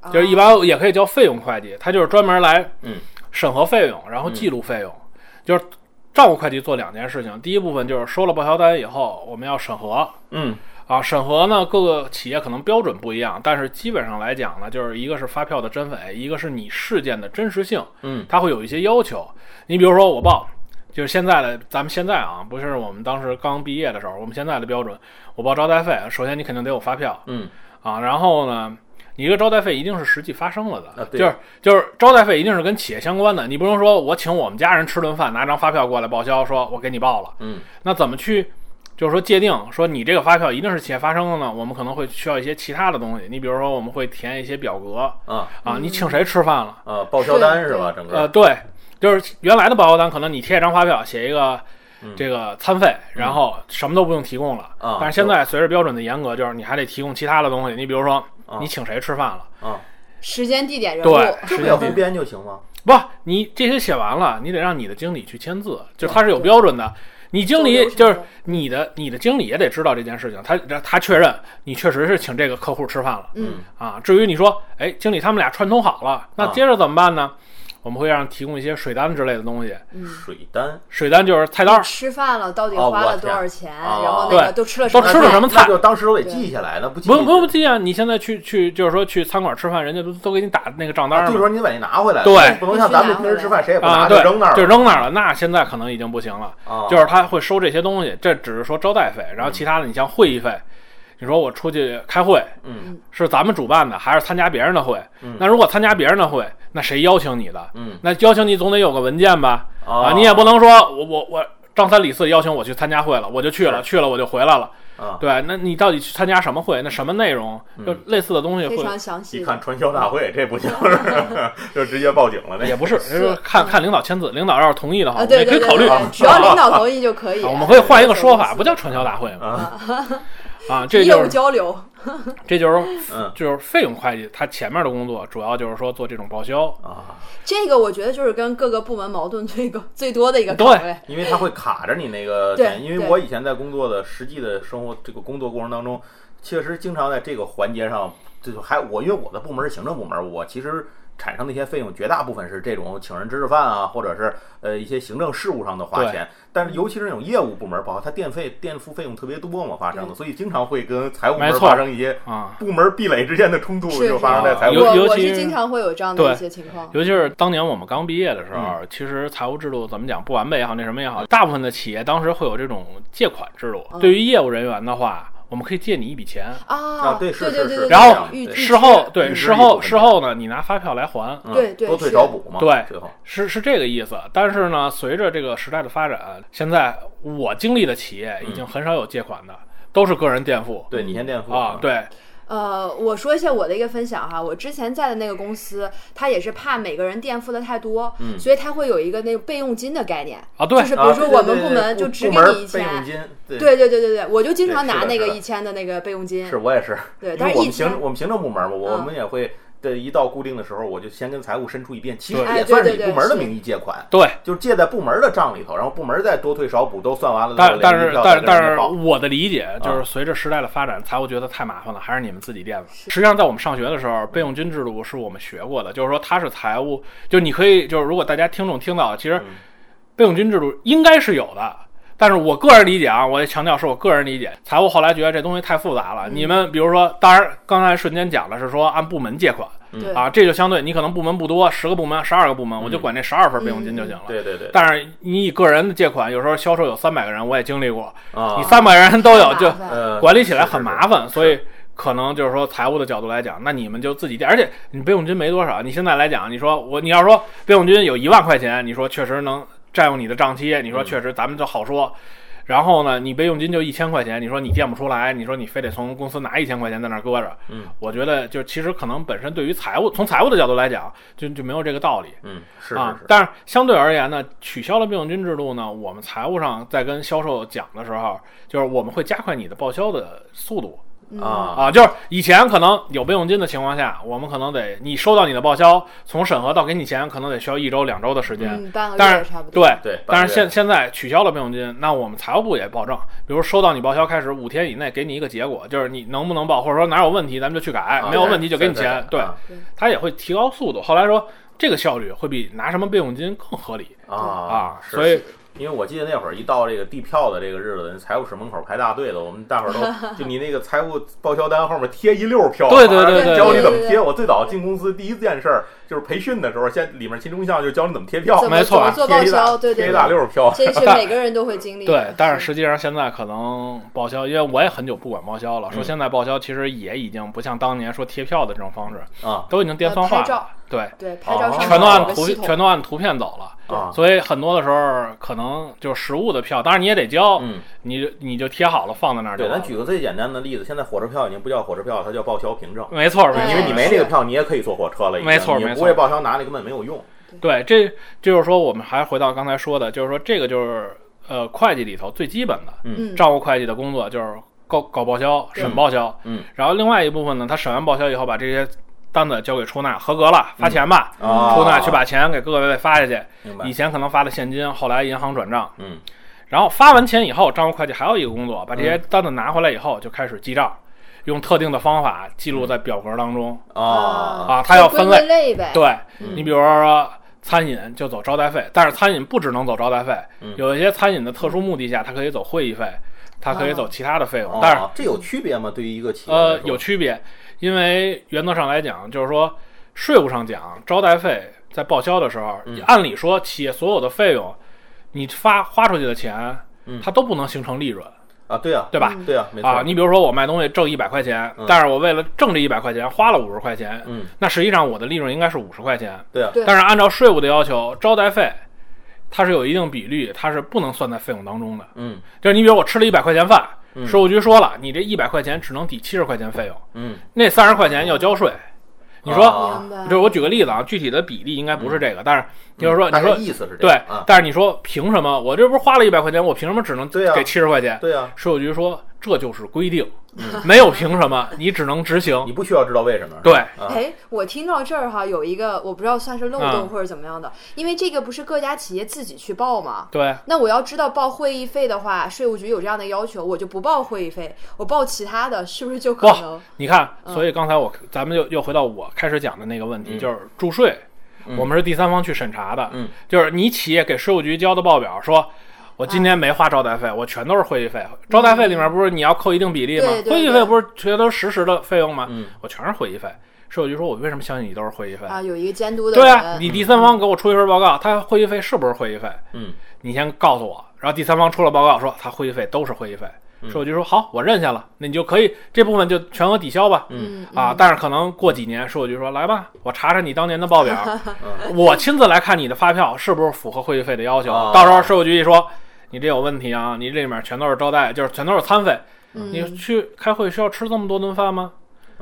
[SPEAKER 2] 啊
[SPEAKER 1] 就是一般也可以叫费用会计，它就是专门来
[SPEAKER 3] 嗯
[SPEAKER 1] 审核费用，然后记录费用。就是账务会计做两件事情，第一部分就是收了报销单以后，我们要审核
[SPEAKER 3] 嗯
[SPEAKER 1] 啊，审核呢，各个企业可能标准不一样，但是基本上来讲呢，就是一个是发票的真伪，一个是你事件的真实性，
[SPEAKER 3] 嗯
[SPEAKER 1] 它会有一些要求。你比如说我报，就是现在的咱们现在啊，不是我们当时刚毕业的时候，我们现在的标准，我报招待费，首先你肯定得有发票
[SPEAKER 3] 嗯
[SPEAKER 1] 啊，然后呢。你这个招待费一定是实际发生了的，
[SPEAKER 3] 啊对
[SPEAKER 1] 就是就是招待费一定是跟企业相关的，你不能说我请我们家人吃顿饭，拿张发票过来报销，说我给你报了，
[SPEAKER 3] 嗯
[SPEAKER 1] 那怎么去，就是说界定说你这个发票一定是企业发生的呢？我们可能会需要一些其他的东西，你比如说我们会填一些表格
[SPEAKER 3] 啊
[SPEAKER 1] 啊，你请谁吃饭了？
[SPEAKER 3] 啊，报销单是吧？整
[SPEAKER 1] 呃，
[SPEAKER 3] 个
[SPEAKER 1] 对，就是原来的报销单，可能你贴一张发票，写一个
[SPEAKER 3] 嗯
[SPEAKER 1] 这个餐费，然后什么都不用提供了。
[SPEAKER 3] 啊
[SPEAKER 1] 但是现在随着标准的严格，就是你还得提供其他的东西，你比如说
[SPEAKER 3] 啊
[SPEAKER 1] 你请谁吃饭了，
[SPEAKER 3] 啊，
[SPEAKER 2] 时间、地点、人物，
[SPEAKER 1] 对，时
[SPEAKER 3] 这不也
[SPEAKER 1] 间
[SPEAKER 3] 胡
[SPEAKER 1] 地
[SPEAKER 3] 编就行吗？
[SPEAKER 1] 不，你这些写完了，你得让你的经理去签字，就他是
[SPEAKER 3] 啊
[SPEAKER 1] 有
[SPEAKER 2] 对
[SPEAKER 1] 标准的。你经理
[SPEAKER 2] 流程
[SPEAKER 1] 就是
[SPEAKER 2] 的
[SPEAKER 1] 你的，你的经理也得知道这件事情，他他确认你确实是请这个客户吃饭了
[SPEAKER 2] 嗯，
[SPEAKER 1] 啊。至于你说，哎，经理他们俩串通好了，那
[SPEAKER 3] 啊
[SPEAKER 1] 接着怎么办呢？我们会让提供一些水单之类的东西，
[SPEAKER 3] 水单
[SPEAKER 1] 水单就是菜单儿，
[SPEAKER 2] 嗯吃饭了到底
[SPEAKER 3] 哦
[SPEAKER 2] 花
[SPEAKER 3] 我
[SPEAKER 2] 了多
[SPEAKER 3] 天
[SPEAKER 2] 少钱，
[SPEAKER 3] 哦
[SPEAKER 2] 然后那个
[SPEAKER 1] 对
[SPEAKER 2] 都吃了
[SPEAKER 1] 都
[SPEAKER 2] 么
[SPEAKER 1] 吃了
[SPEAKER 2] 菜
[SPEAKER 1] 什么菜
[SPEAKER 3] 那就当时我得记下来，那不记
[SPEAKER 1] 不用不用记啊。你现在去去就是说去餐馆吃饭，人家都都给你打那个账单儿
[SPEAKER 3] 啊，就是
[SPEAKER 1] 嘛
[SPEAKER 3] 说你得把那拿回来，
[SPEAKER 1] 对
[SPEAKER 3] 不能像咱们平时吃饭谁也不
[SPEAKER 1] 啊，
[SPEAKER 3] 拿
[SPEAKER 1] 对，
[SPEAKER 3] 扔那儿了，
[SPEAKER 1] 就扔那儿了。那现在可能已经不行了。
[SPEAKER 3] 啊，
[SPEAKER 1] 就是他会收这些东西，这只是说招待费，然后其他的你像会议费，你说我出去开会
[SPEAKER 3] 嗯
[SPEAKER 1] 是咱们主办的，还是参加别人的会？
[SPEAKER 3] 嗯
[SPEAKER 1] 那如果参加别人的会，那谁邀请你的？
[SPEAKER 3] 嗯
[SPEAKER 1] 那邀请你总得有个文件吧？
[SPEAKER 3] 啊
[SPEAKER 1] 你也不能说我我我张三李四邀请我去参加会了，我就去了，
[SPEAKER 3] 是
[SPEAKER 1] 去了我就回来了。
[SPEAKER 3] 啊，
[SPEAKER 1] 对，那你到底去参加什么会？那什么内容？就类似的东西
[SPEAKER 2] 非
[SPEAKER 1] 会。
[SPEAKER 2] 常详细
[SPEAKER 3] 一
[SPEAKER 2] 的
[SPEAKER 3] 看。传销大会，这
[SPEAKER 1] <laughs>
[SPEAKER 3] 不行，就直接报警了，那
[SPEAKER 1] 也不是，就是看看领导签字，领导要是同意的话，我
[SPEAKER 2] 嗯啊，
[SPEAKER 1] 们
[SPEAKER 2] 对
[SPEAKER 1] 也可
[SPEAKER 2] 对
[SPEAKER 1] 以
[SPEAKER 2] 对
[SPEAKER 1] 考虑。
[SPEAKER 2] 对
[SPEAKER 1] 啊
[SPEAKER 2] 对，只要领导同意就可以。
[SPEAKER 1] 我们可以换一个说法，不叫传销大会嘛？
[SPEAKER 3] 啊，
[SPEAKER 1] 啊，这
[SPEAKER 2] 业
[SPEAKER 1] 就
[SPEAKER 2] 务
[SPEAKER 1] 是
[SPEAKER 2] 交流，
[SPEAKER 1] 这就是
[SPEAKER 3] 嗯
[SPEAKER 1] 就是费用会计，它前面的工作主要就是说做这种报销。
[SPEAKER 3] 啊，
[SPEAKER 2] 这个我觉得就是跟各个部门矛盾最个最多的一个
[SPEAKER 1] 对
[SPEAKER 2] 岗位。
[SPEAKER 3] 因为它会卡着你那个
[SPEAKER 2] 对
[SPEAKER 3] 点，因为
[SPEAKER 2] 对
[SPEAKER 3] 我以前在工作的实际的生活这个工作过程当中，确实经常在这个环节上，就是还我因为我的部门是行政部门，我其实。产生的一些费用，绝大部分是这种请人吃吃饭啊，或者是呃一些行政事务上的花钱。但是尤其是那种业务部门，包括它电费、垫付费用特别多嘛，发生的，
[SPEAKER 2] 对
[SPEAKER 3] 所以经常会跟财务部
[SPEAKER 1] 没
[SPEAKER 3] 门
[SPEAKER 1] 错
[SPEAKER 3] 发生一些
[SPEAKER 1] 啊、
[SPEAKER 3] 部门壁垒之间的冲突，
[SPEAKER 2] 是
[SPEAKER 3] 就发生在
[SPEAKER 1] 是
[SPEAKER 3] 财务
[SPEAKER 1] 有
[SPEAKER 3] 部
[SPEAKER 1] 尤
[SPEAKER 2] 我我
[SPEAKER 1] 其
[SPEAKER 2] 是
[SPEAKER 1] 是
[SPEAKER 2] 经常会有这样的
[SPEAKER 1] 对
[SPEAKER 2] 一些情况。
[SPEAKER 1] 尤其是当年我们刚毕业的时候，其实财务制度怎么讲不完备也好，那什么也好，大部分的企业当时会有这种借款制度。
[SPEAKER 2] 嗯
[SPEAKER 1] 对于业务人员的话，我们可以借你一笔钱，
[SPEAKER 2] 啊
[SPEAKER 3] 啊对是
[SPEAKER 2] 对
[SPEAKER 3] 是
[SPEAKER 2] 对
[SPEAKER 3] 是
[SPEAKER 2] 对，
[SPEAKER 1] 然后
[SPEAKER 2] 预
[SPEAKER 3] 对
[SPEAKER 2] 预
[SPEAKER 1] 事后
[SPEAKER 2] 知
[SPEAKER 1] 对
[SPEAKER 3] 预支
[SPEAKER 1] 事
[SPEAKER 3] 一部
[SPEAKER 1] 后
[SPEAKER 3] 分
[SPEAKER 1] 事后呢，你拿发票来还，
[SPEAKER 3] 嗯
[SPEAKER 2] 对对
[SPEAKER 3] 多退
[SPEAKER 2] 是
[SPEAKER 3] 少补嘛，
[SPEAKER 1] 对
[SPEAKER 3] 最后
[SPEAKER 1] 是是这个意思。但是呢，随着这个时代的发展，现在我经历的企业已
[SPEAKER 2] 嗯
[SPEAKER 1] 经很少有借款的，都是个人垫付
[SPEAKER 3] 对你先垫付
[SPEAKER 1] 啊。，对，
[SPEAKER 2] 呃，我说一下我的一个分享哈，我之前在的那个公司，它也是怕每个人垫付的太多，
[SPEAKER 3] 嗯
[SPEAKER 2] 所以它会有一个那个备用金的概念，
[SPEAKER 1] 啊对
[SPEAKER 2] 就是比
[SPEAKER 3] 啊
[SPEAKER 2] 如说我们
[SPEAKER 3] 对对
[SPEAKER 2] 部
[SPEAKER 3] 对
[SPEAKER 2] 门就只给
[SPEAKER 3] 部门
[SPEAKER 2] 你一
[SPEAKER 3] 备
[SPEAKER 2] 千，
[SPEAKER 3] 用金，对
[SPEAKER 2] 对对对对对，我就经
[SPEAKER 3] 对
[SPEAKER 2] 常
[SPEAKER 3] 是
[SPEAKER 2] 拿
[SPEAKER 3] 的
[SPEAKER 2] 那个
[SPEAKER 3] 是的
[SPEAKER 2] 一千的那个备用金，
[SPEAKER 3] 是我也是，
[SPEAKER 2] 对，
[SPEAKER 3] 因为
[SPEAKER 2] 但是
[SPEAKER 3] 我
[SPEAKER 2] 一
[SPEAKER 3] 们
[SPEAKER 2] 千
[SPEAKER 3] 行我们行政部门嘛，我
[SPEAKER 2] 嗯
[SPEAKER 3] 们也会对一到固定的时候，我就先跟财务伸出一遍，其实
[SPEAKER 1] 对
[SPEAKER 2] 哎
[SPEAKER 3] 也
[SPEAKER 2] 对
[SPEAKER 3] 算是
[SPEAKER 2] 对
[SPEAKER 3] 以
[SPEAKER 2] 对
[SPEAKER 3] 部门的
[SPEAKER 2] 是
[SPEAKER 3] 名义借款，
[SPEAKER 1] 对，
[SPEAKER 3] 就是借在部门的账里头，然后部门再多退少补都算完了，
[SPEAKER 1] 但
[SPEAKER 3] 再
[SPEAKER 1] 但
[SPEAKER 3] 连
[SPEAKER 1] 是
[SPEAKER 3] 一票
[SPEAKER 1] 但是
[SPEAKER 3] 再跟
[SPEAKER 1] 但
[SPEAKER 3] 人
[SPEAKER 1] 是
[SPEAKER 3] 家报
[SPEAKER 1] 我的理解就是，随着时代的发展，财务觉得太麻烦了，还是你们自己垫吧。实际上，在我们上学的时候，备用金制度是我们学过的，就是说它是财务，就你可以就是如果大家听众听到，其实备用金制度应该是有的。但是我个人理解啊，我也强调是我个人理解。财务后来觉得这东西太复杂了。你们比如说，当然刚才瞬间讲的是说按部门借款
[SPEAKER 2] 对
[SPEAKER 1] 啊， <laughs> 这就相对你可能部门不多，十个部门、十二个部门，我就管这十二份备用金就行了。
[SPEAKER 3] 对对对，
[SPEAKER 1] 但是你以个人的借款，有时候销售有三百个人，我也经历过，
[SPEAKER 3] 啊
[SPEAKER 1] 你三百人都有，
[SPEAKER 2] 太
[SPEAKER 1] 就
[SPEAKER 2] 麻烦
[SPEAKER 3] 呃
[SPEAKER 1] 管理起来很
[SPEAKER 3] 是是是
[SPEAKER 1] 麻烦，所以可能就是说财务的角度来讲，那你们就自己垫，而且你备用金没多少，你现在来讲，你说我你要说备用金有一万块钱，你说确实能占用你的账期，
[SPEAKER 3] 嗯
[SPEAKER 1] 你说确实咱们就好说。然后呢，你备用金就一千块钱，你说你垫不出来，你说你非得从公司拿一千块钱在那儿搁着，
[SPEAKER 3] 嗯，
[SPEAKER 1] 我觉得就其实可能本身对于财务，从财务的角度来讲，就就没有这个道理，
[SPEAKER 3] 嗯是是
[SPEAKER 1] 啊
[SPEAKER 3] 是，，
[SPEAKER 1] 但是相对而言呢，取消了备用金制度呢，我们财务上在跟销售讲的时候，就是我们会加快你的报销的速度
[SPEAKER 2] 嗯
[SPEAKER 3] 啊
[SPEAKER 1] 啊。就是以前可能有备用金的情况下，我们可能得你收到你的报销，从审核到给你钱，可能得需要一周两周的时间。
[SPEAKER 2] 嗯，半个
[SPEAKER 1] 啊但
[SPEAKER 2] 月
[SPEAKER 1] 是
[SPEAKER 2] 差不多，
[SPEAKER 1] 对
[SPEAKER 3] 对
[SPEAKER 1] 但是
[SPEAKER 3] 半个
[SPEAKER 1] 现现在取消了备用金，那我们财务部也保证，比如收到你报销开始五天以内给你一个结果，就是你能不能报，或者说哪有问题咱们就去改，
[SPEAKER 3] 啊
[SPEAKER 1] 哎没有问题就给你
[SPEAKER 3] 对
[SPEAKER 1] 钱。对，
[SPEAKER 3] 啊
[SPEAKER 1] 他也会提高速度。后来说这个效率会比拿什么备用金更合理。
[SPEAKER 3] 啊
[SPEAKER 1] 啊，
[SPEAKER 3] 是
[SPEAKER 1] 所以
[SPEAKER 3] 因为我记得那会儿一到这个递票的这个日子，人财务室门口排大队的，我们大伙儿都
[SPEAKER 2] <laughs>
[SPEAKER 3] 就你那个财务报销单后面贴一溜儿票，啊
[SPEAKER 1] 对对对
[SPEAKER 3] 然后
[SPEAKER 1] 对
[SPEAKER 3] 教你
[SPEAKER 2] 对
[SPEAKER 3] 怎么
[SPEAKER 2] 对
[SPEAKER 3] 贴。
[SPEAKER 2] 对
[SPEAKER 3] 我最早进公司第一件事儿就是培训的时候，先里面其中一项就教你怎么贴票，
[SPEAKER 2] 怎
[SPEAKER 1] 没
[SPEAKER 2] 么
[SPEAKER 1] 错
[SPEAKER 2] 怎么
[SPEAKER 1] 啊
[SPEAKER 2] 做报
[SPEAKER 3] 贴一大
[SPEAKER 2] 销，对
[SPEAKER 3] 贴
[SPEAKER 2] 对
[SPEAKER 3] 一大
[SPEAKER 2] 对，
[SPEAKER 3] 溜儿票，
[SPEAKER 2] 这是
[SPEAKER 1] 但
[SPEAKER 2] 每个人都会经历的。呃
[SPEAKER 1] 对，但是
[SPEAKER 2] 是
[SPEAKER 1] 实际上现在可能报销，因为我也很久不管报销了。说
[SPEAKER 3] 嗯
[SPEAKER 1] 现在报销其实也已经不像当年说贴票的这种方式，
[SPEAKER 3] 啊
[SPEAKER 1] 都已经
[SPEAKER 2] 呃
[SPEAKER 1] 巅峰化
[SPEAKER 2] 拍
[SPEAKER 1] 了。
[SPEAKER 2] 照，
[SPEAKER 1] 对，
[SPEAKER 2] 对拍照上
[SPEAKER 1] 全都
[SPEAKER 2] 面有
[SPEAKER 1] 按
[SPEAKER 2] 个
[SPEAKER 1] 图
[SPEAKER 2] 系统啊
[SPEAKER 1] 全都按图片走了。
[SPEAKER 3] 啊，
[SPEAKER 1] 所以很多的时候可能就是实物的票，当然你也得交，
[SPEAKER 3] 嗯，
[SPEAKER 1] 你你就贴好了放在那儿就
[SPEAKER 3] 对，
[SPEAKER 1] 完
[SPEAKER 3] 咱
[SPEAKER 1] 了。
[SPEAKER 3] 举个最简单的例子，现在火车票已经不叫火车票，它叫报销凭证，
[SPEAKER 1] 没错，没错，
[SPEAKER 2] 对
[SPEAKER 3] 因为你没那个票，你也可以坐火车了，已经
[SPEAKER 1] 没错没
[SPEAKER 3] 你
[SPEAKER 1] 错
[SPEAKER 3] 不会报销拿那根本没有用，
[SPEAKER 1] 对，这就是说我们还回到刚才说的，就是说这个就是呃会计里头最基本的
[SPEAKER 3] 嗯
[SPEAKER 2] 嗯
[SPEAKER 1] 账务会计的工作就是搞搞报销、
[SPEAKER 2] 对
[SPEAKER 1] 审报销，
[SPEAKER 3] 嗯
[SPEAKER 1] 然后另外一部分呢，他审完报销以后，把这些单子交给出纳，合格了发钱吧，
[SPEAKER 3] 啊，
[SPEAKER 1] 出纳去把钱给各个位发下去。
[SPEAKER 3] 明白
[SPEAKER 1] 以，前可能发的现金，后来银行转账，
[SPEAKER 3] 嗯
[SPEAKER 1] 然后发完钱以后，账务会计还有一个工作，把这些单子拿回来以后就开始记账，用特定的方法记
[SPEAKER 3] 嗯
[SPEAKER 1] 录在表格当中
[SPEAKER 3] 啊
[SPEAKER 1] 啊，他要
[SPEAKER 2] 就归
[SPEAKER 1] 分
[SPEAKER 2] 个
[SPEAKER 1] 类。
[SPEAKER 2] 类呗，
[SPEAKER 1] 对
[SPEAKER 3] 嗯
[SPEAKER 1] 你比如说餐饮就走招待费，但是餐饮不只能走招待费
[SPEAKER 3] 嗯，
[SPEAKER 1] 有一些餐饮的特殊目的下，它可以走会议费，它
[SPEAKER 3] 哦
[SPEAKER 1] 可以走其他的费用，但是
[SPEAKER 3] 啊这有区别吗？对于一个企业
[SPEAKER 1] 呃
[SPEAKER 3] 来，说
[SPEAKER 1] 有区别，因为原则上来讲，就是说税务上讲，招待费在报销的时候，
[SPEAKER 3] 嗯
[SPEAKER 1] 按理说企业所有的费用，你发花出去的钱
[SPEAKER 3] 嗯，
[SPEAKER 1] 它都不能形成利润，
[SPEAKER 3] 啊，对啊，
[SPEAKER 1] 对吧？
[SPEAKER 3] 对啊，没错
[SPEAKER 1] 啊，你比如说我卖东西挣一百块钱，
[SPEAKER 3] 嗯
[SPEAKER 1] 但是我为了挣这一百块钱花了五十块钱，
[SPEAKER 3] 嗯，
[SPEAKER 1] 那实际上我的利润应该是五十块钱，
[SPEAKER 3] 对啊，
[SPEAKER 2] 对
[SPEAKER 1] 但是按照税务的要求，招待费。它是有一定比率，它是不能算在费用当中的。
[SPEAKER 3] 嗯
[SPEAKER 1] 就是你比如我吃了一百块钱饭，
[SPEAKER 3] 嗯
[SPEAKER 1] 税务局说了，你这一百块钱只能抵七十块钱费用，
[SPEAKER 3] 嗯，
[SPEAKER 1] 那三十块钱要交税。你说，
[SPEAKER 3] 啊
[SPEAKER 2] 明白。
[SPEAKER 1] 就是我举个例子啊，具体的比例应该不是这个，但是就是说，你
[SPEAKER 3] 嗯大概
[SPEAKER 1] 说
[SPEAKER 3] 意思是这
[SPEAKER 1] 对
[SPEAKER 3] 样啊，，
[SPEAKER 1] 但是你说凭什么？我这不是花了一百块钱，我凭什么只能
[SPEAKER 3] 对啊
[SPEAKER 1] 给七十块钱？
[SPEAKER 3] 对啊，
[SPEAKER 1] 税务局说这就是规定，没有凭什么，你只能执行。
[SPEAKER 3] 你不需要知道为什么，
[SPEAKER 1] 对，
[SPEAKER 3] 啊，
[SPEAKER 2] 哎，我听到这儿哈，有一个我不知道算是漏
[SPEAKER 1] 嗯
[SPEAKER 2] 洞或者怎么样的，因为这个不是各家企业自己去报吗？
[SPEAKER 1] 对，
[SPEAKER 2] 那我要知道报会议费的话，税务局有这样的要求，我就不报会议费，我报其他的，是不是就可
[SPEAKER 1] 不
[SPEAKER 2] 能？
[SPEAKER 1] 你看，
[SPEAKER 2] 嗯
[SPEAKER 1] 所以刚才我咱们又又回到我开始讲的那个问题，就是注税，我们是第三方去审查的，
[SPEAKER 3] 嗯
[SPEAKER 1] 就是你企业给税务局交的报表说。我今
[SPEAKER 2] 啊
[SPEAKER 1] 天没花招待费，我全都是会议费。招待费里面不是你要扣一定比例吗？
[SPEAKER 2] 嗯对对
[SPEAKER 1] 会议
[SPEAKER 2] 对
[SPEAKER 1] 费不是全都是实时的费用吗？
[SPEAKER 3] 嗯
[SPEAKER 1] 我全是会议费。税务局说，我为什么相信你都是会议费？
[SPEAKER 2] 啊，有一个监督的
[SPEAKER 1] 对
[SPEAKER 2] 人，
[SPEAKER 1] 啊，你第三方给我出一份报告，他会议费是不是会议费？
[SPEAKER 3] 嗯
[SPEAKER 1] 你先告诉我，然后第三方出了报告说他会议费都是会议费，
[SPEAKER 3] 嗯
[SPEAKER 1] 税务局说好，我认下了，那你就可以这部分就全额抵消吧。
[SPEAKER 2] 嗯
[SPEAKER 1] 啊，但是可能过几年，税务局说来吧，我查查你当年的报表，
[SPEAKER 2] <laughs>
[SPEAKER 1] 我亲自来看你的发票是不是符合会议费的要求。
[SPEAKER 3] 嗯哦
[SPEAKER 1] 到时候税务局一说，你这有问题啊，你这里面全都是招待，就是全都是餐费。
[SPEAKER 2] 嗯
[SPEAKER 1] 你去开会需要吃这么多顿饭吗？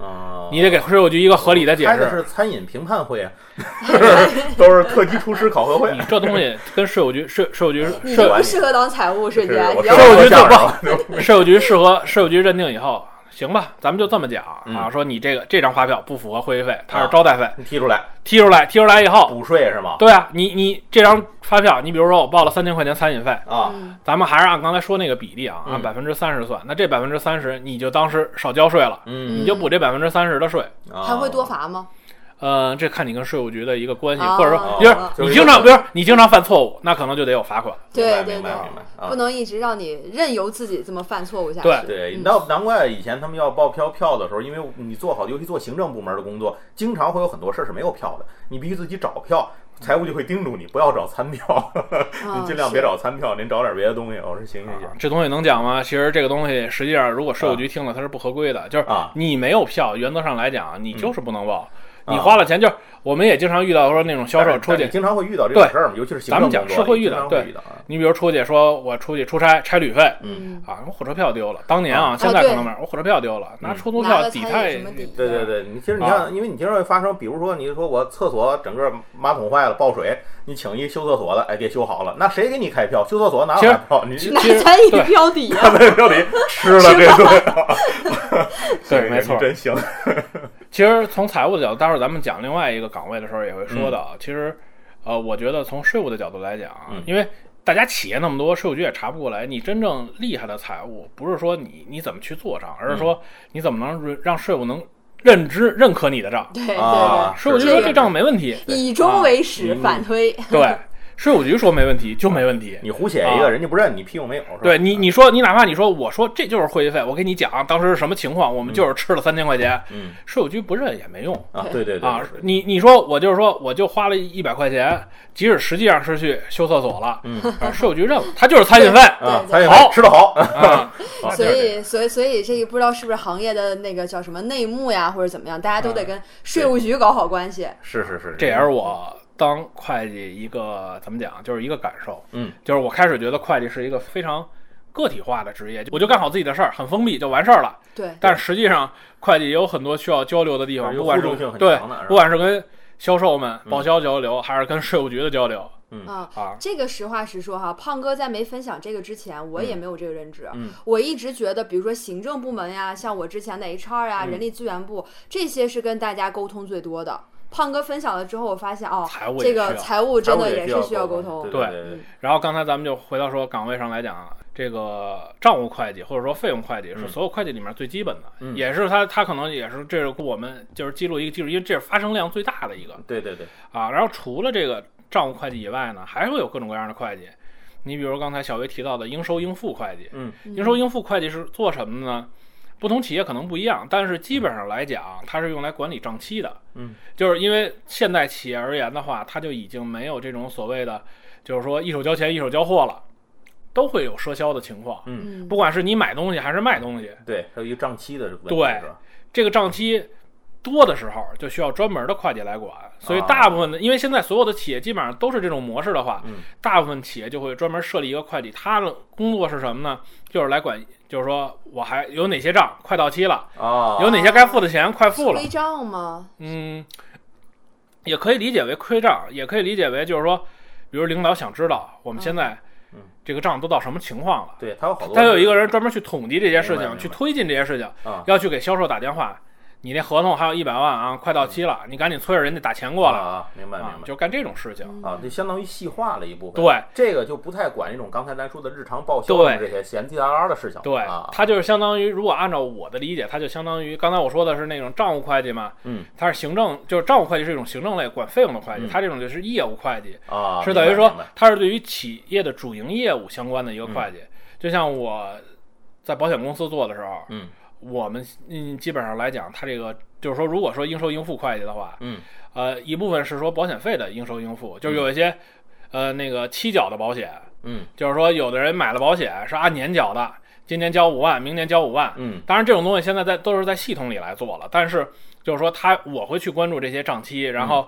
[SPEAKER 3] 啊，
[SPEAKER 1] 你得给税务局一个合理的解
[SPEAKER 3] 开的
[SPEAKER 1] 释。
[SPEAKER 3] 是餐饮评
[SPEAKER 2] <laughs>
[SPEAKER 3] 判会啊，都是特级厨师考核会
[SPEAKER 1] <laughs> 你，这东西跟税务局税税务局
[SPEAKER 2] 你
[SPEAKER 1] 税
[SPEAKER 2] 就不适合当财务瞬
[SPEAKER 3] 是
[SPEAKER 2] 间，
[SPEAKER 3] 我
[SPEAKER 2] 你要
[SPEAKER 1] 说我觉得
[SPEAKER 3] 相
[SPEAKER 1] 不
[SPEAKER 3] 声了
[SPEAKER 1] 税务局适合税务局认定以后，行吧，咱们就这么讲啊，说你这个这张发票不符合会议费，它是招待费，
[SPEAKER 3] 你踢出来
[SPEAKER 1] 踢出来，踢出来以后，
[SPEAKER 3] 补税是吗？
[SPEAKER 1] 对啊，你你这张发票，你比如说我报了三千块钱餐饮费，
[SPEAKER 3] 啊，
[SPEAKER 2] 嗯
[SPEAKER 1] 咱们还是按刚才说那个比例啊，
[SPEAKER 3] 嗯
[SPEAKER 1] 按百分之三十算，那这百分之三十你就当是少交税了，
[SPEAKER 3] 嗯，
[SPEAKER 1] 你就补这百分之三十的税。
[SPEAKER 3] 啊
[SPEAKER 2] 嗯还会多罚吗？
[SPEAKER 1] 呃，这看你跟税务局的一个关系，
[SPEAKER 2] 哦
[SPEAKER 1] 或者
[SPEAKER 2] 哦
[SPEAKER 1] 说，就是
[SPEAKER 2] 哦
[SPEAKER 1] 你经常，比如说你经常犯错误，那可能就得有罚款。
[SPEAKER 3] 明白
[SPEAKER 2] 对对对
[SPEAKER 3] 明白，明白啊
[SPEAKER 2] 不。能一直让你任由自己这么犯错误下去。
[SPEAKER 1] 对
[SPEAKER 3] 对，
[SPEAKER 2] 嗯
[SPEAKER 3] 那难怪以前他们要报票票的时候，因为你做好，尤其做行政部门的工作，经常会有很多事儿是没有票的，你必须自己找票。财务就会叮嘱你不要找餐票，
[SPEAKER 2] 啊
[SPEAKER 3] <laughs> 您尽量别找餐票，您找点别的东西。我说行行行
[SPEAKER 1] 啊，这东西能讲吗？其实这个东西，实际上如果税务局听了，它是不合规的。就是
[SPEAKER 3] 啊
[SPEAKER 1] 你没有票，原则上来讲，你就是不能报。
[SPEAKER 3] 嗯
[SPEAKER 1] 你花了钱，就是我们也经常遇到说那种销售出
[SPEAKER 3] 但是
[SPEAKER 1] 去
[SPEAKER 3] 你，经常会遇到这种事儿嘛，尤其是行
[SPEAKER 1] 咱们
[SPEAKER 3] 政工作，
[SPEAKER 1] 讲是会遇
[SPEAKER 3] 经
[SPEAKER 1] 到
[SPEAKER 3] 常
[SPEAKER 1] 对
[SPEAKER 3] 遇到啊。
[SPEAKER 1] 你比如出去说我出去出差差旅费
[SPEAKER 2] 嗯，
[SPEAKER 1] 啊，我火车票丢了。当年啊，
[SPEAKER 3] 啊
[SPEAKER 1] 现在
[SPEAKER 2] 啊对
[SPEAKER 1] 可能没有，我火车票丢了，拿
[SPEAKER 3] 嗯
[SPEAKER 1] 出租
[SPEAKER 2] 拿
[SPEAKER 1] 票
[SPEAKER 2] 了
[SPEAKER 1] 抵
[SPEAKER 2] 餐
[SPEAKER 1] 太
[SPEAKER 2] 饮什么抵？嗯
[SPEAKER 3] 对对，对，你其实你
[SPEAKER 1] 啊
[SPEAKER 3] 看，因为你经常会发生，比如说你说我厕所整个马桶坏了爆水，你请一修厕所的，哎，给修好了，那谁给你开票？修厕所哪
[SPEAKER 1] 其
[SPEAKER 3] 有
[SPEAKER 1] 实
[SPEAKER 3] 开票？你
[SPEAKER 2] 拿
[SPEAKER 1] 其实
[SPEAKER 2] 餐饮
[SPEAKER 1] 对
[SPEAKER 2] 标
[SPEAKER 3] <laughs>
[SPEAKER 2] 抵呀、
[SPEAKER 3] 在
[SPEAKER 1] <laughs>
[SPEAKER 3] 这里吃了这顿，
[SPEAKER 1] 对，没错
[SPEAKER 3] 你。真行。
[SPEAKER 1] 其实从财务的角度，待会儿咱们讲另外一个岗位的时候也会说到。啊其实，呃，我觉得从税务的角度来讲，啊
[SPEAKER 3] 嗯
[SPEAKER 1] 因为大家企业那么多，税务局也查不过来。你真正厉害的财务，不是说你你怎么去做账，而是说你怎么能让税务能认知认可你的账。
[SPEAKER 2] 对对对，
[SPEAKER 3] 啊
[SPEAKER 1] 税务局
[SPEAKER 2] 是
[SPEAKER 1] 说
[SPEAKER 2] 这
[SPEAKER 1] 这账没问题，
[SPEAKER 2] 以终为始，
[SPEAKER 3] 嗯
[SPEAKER 2] 反推。
[SPEAKER 1] 对。税务局说没问题就没问题。
[SPEAKER 3] 你胡写一个，
[SPEAKER 1] 啊
[SPEAKER 3] 人家不认，你屁股没有。是吧
[SPEAKER 1] 对你，你说你哪怕你说我说这就是会议费，我给你讲啊当时是什么情况，我们就是吃了三千块钱，
[SPEAKER 3] 嗯
[SPEAKER 1] 税务局不认也没用
[SPEAKER 3] 啊，对对对
[SPEAKER 1] 啊
[SPEAKER 3] 对。对
[SPEAKER 1] 你你说我就是说我就花了一百块钱，即使实际上是去修厕所了，
[SPEAKER 2] <laughs>
[SPEAKER 3] 嗯
[SPEAKER 1] 啊，税务局认了，他就是餐饮费
[SPEAKER 3] 啊
[SPEAKER 2] 对，对
[SPEAKER 3] 餐饮
[SPEAKER 1] 好
[SPEAKER 3] 吃的好，
[SPEAKER 1] 啊。那
[SPEAKER 2] 所
[SPEAKER 1] 就是
[SPEAKER 2] 以，所以，所以，这个不知道是不是行业的那个叫什么内幕呀，或者怎么样，大家都得跟税务局搞好关系。
[SPEAKER 3] 是是是，
[SPEAKER 1] 这也是我当会计一个怎么讲，就是一个感受。
[SPEAKER 3] 嗯，
[SPEAKER 1] 就是我开始觉得会计是一个非常个体化的职业，我就干好自己的事儿，很封闭就完事儿了。
[SPEAKER 2] 对，
[SPEAKER 1] 但实际上，会计也有很多需要交流的地
[SPEAKER 3] 就
[SPEAKER 1] 方，
[SPEAKER 3] 是
[SPEAKER 1] 不管
[SPEAKER 3] 互
[SPEAKER 1] 是
[SPEAKER 3] 动性很
[SPEAKER 1] 对
[SPEAKER 3] 强的是吧，
[SPEAKER 1] 不管是跟销售们、报销交流，还是跟税务局的交流
[SPEAKER 3] 嗯
[SPEAKER 2] 啊，
[SPEAKER 1] 啊。
[SPEAKER 2] 这个实话实说哈，胖哥在没分享这个之前，我也没有这个认知。
[SPEAKER 3] 嗯
[SPEAKER 2] 我一直觉得，比如说行政部门呀，像我之前的 HR
[SPEAKER 1] 嗯
[SPEAKER 2] 呀、人力资源部，这些是跟大家沟通最多的。胖哥分享了之后，我发现哦
[SPEAKER 1] 财务，也
[SPEAKER 2] 这
[SPEAKER 1] 需
[SPEAKER 2] 个
[SPEAKER 1] 要
[SPEAKER 2] 财务真的
[SPEAKER 3] 也
[SPEAKER 2] 是需
[SPEAKER 3] 要
[SPEAKER 2] 沟
[SPEAKER 3] 通
[SPEAKER 2] 通。。
[SPEAKER 3] 对
[SPEAKER 1] 对
[SPEAKER 3] 对，
[SPEAKER 1] 然后刚才咱们就回到说岗位上来讲，啊这个账务会计或者说费用会计是
[SPEAKER 3] 嗯
[SPEAKER 1] 所有会计里面最基本的，
[SPEAKER 3] 嗯
[SPEAKER 1] 也是它它可能也是这是我们就是记录一个技术，因为这是发生量最大的一个。
[SPEAKER 3] 对对对，
[SPEAKER 1] 啊，然后除了这个账务会计以外呢，还会有各种各样的会计。你比如刚才小薇提到的应收应付会计，
[SPEAKER 3] 嗯
[SPEAKER 2] 嗯
[SPEAKER 1] 应收应付会计是做什么的呢？不同企业可能不一样，但是基本上来讲，它是用来管理账期的。
[SPEAKER 3] 嗯，
[SPEAKER 1] 就是因为现代企业而言的话，它就已经没有这种所谓的，就是说一手交钱一手交货了，都会有赊销的情况。
[SPEAKER 2] 嗯
[SPEAKER 1] 不管是你买东西还是卖东西，
[SPEAKER 3] 对，还有一个账期的问题，
[SPEAKER 1] 对
[SPEAKER 3] 是吧？
[SPEAKER 1] 这个账期多的时候，就需要专门的会计来管。所以
[SPEAKER 3] 啊
[SPEAKER 1] 大部分的，因为现在所有的企业基本上都是这种模式的话，
[SPEAKER 3] 嗯
[SPEAKER 1] 大部分企业就会专门设立一个会计，他的工作是什么呢？就是来管，就是说我还有哪些账快到期了，
[SPEAKER 3] 啊，
[SPEAKER 1] 有哪些该付的钱快付了
[SPEAKER 2] 规，账吗？
[SPEAKER 1] 嗯，也可以理解为亏账，也可以理解为就是说，比如领导想知道我们现在
[SPEAKER 3] 嗯
[SPEAKER 1] 这个账都到什么情况了。
[SPEAKER 3] 对，他有好多，
[SPEAKER 1] 他有一个人专门去统计这些事
[SPEAKER 3] 明白明
[SPEAKER 1] 情，去
[SPEAKER 3] 白
[SPEAKER 1] 推进这些事情，
[SPEAKER 3] 啊，
[SPEAKER 1] 要去给销售打电话，你那合同还有一百万啊，快到期了，你赶紧催着人家打钱过来
[SPEAKER 3] 啊，明白
[SPEAKER 1] 啊
[SPEAKER 3] 明，白
[SPEAKER 1] 就干这种事情。
[SPEAKER 3] 啊，这相当于细化了一部分。，
[SPEAKER 1] 对
[SPEAKER 3] 这个就不太管这种刚才咱说的日常报销
[SPEAKER 1] 对
[SPEAKER 3] 这些闲 T R R 的事情。
[SPEAKER 1] 对
[SPEAKER 3] 啊，，
[SPEAKER 1] 它就是相当于，如果按照我的理解，它就相当于刚才我说的是那种账务会计嘛，
[SPEAKER 3] 嗯
[SPEAKER 1] 它是行政，就是账务会计是一种行政类管费用的会计，
[SPEAKER 3] 嗯
[SPEAKER 1] 它这种就是业务会计，
[SPEAKER 3] 啊，
[SPEAKER 1] 是等于
[SPEAKER 3] 明白
[SPEAKER 1] 说
[SPEAKER 3] 明白嗯
[SPEAKER 1] 它是对于企业的主营业务相关的一个会计。就像我在保险公司做的时候，
[SPEAKER 3] 嗯
[SPEAKER 1] 我们嗯基本上来讲，它这个就是说，如果说应收应付会计的话，
[SPEAKER 3] 嗯
[SPEAKER 1] 呃，一部分是说保险费的应收应付，就是有一些、呃那个期缴的保险，
[SPEAKER 3] 嗯
[SPEAKER 1] 就是说有的人买了保险是按年缴的，今年交五万，明年交五万。
[SPEAKER 3] 嗯
[SPEAKER 1] 当然，这种东西现在在都是在系统里来做了，但是就是说他我会去关注这些账期，然后，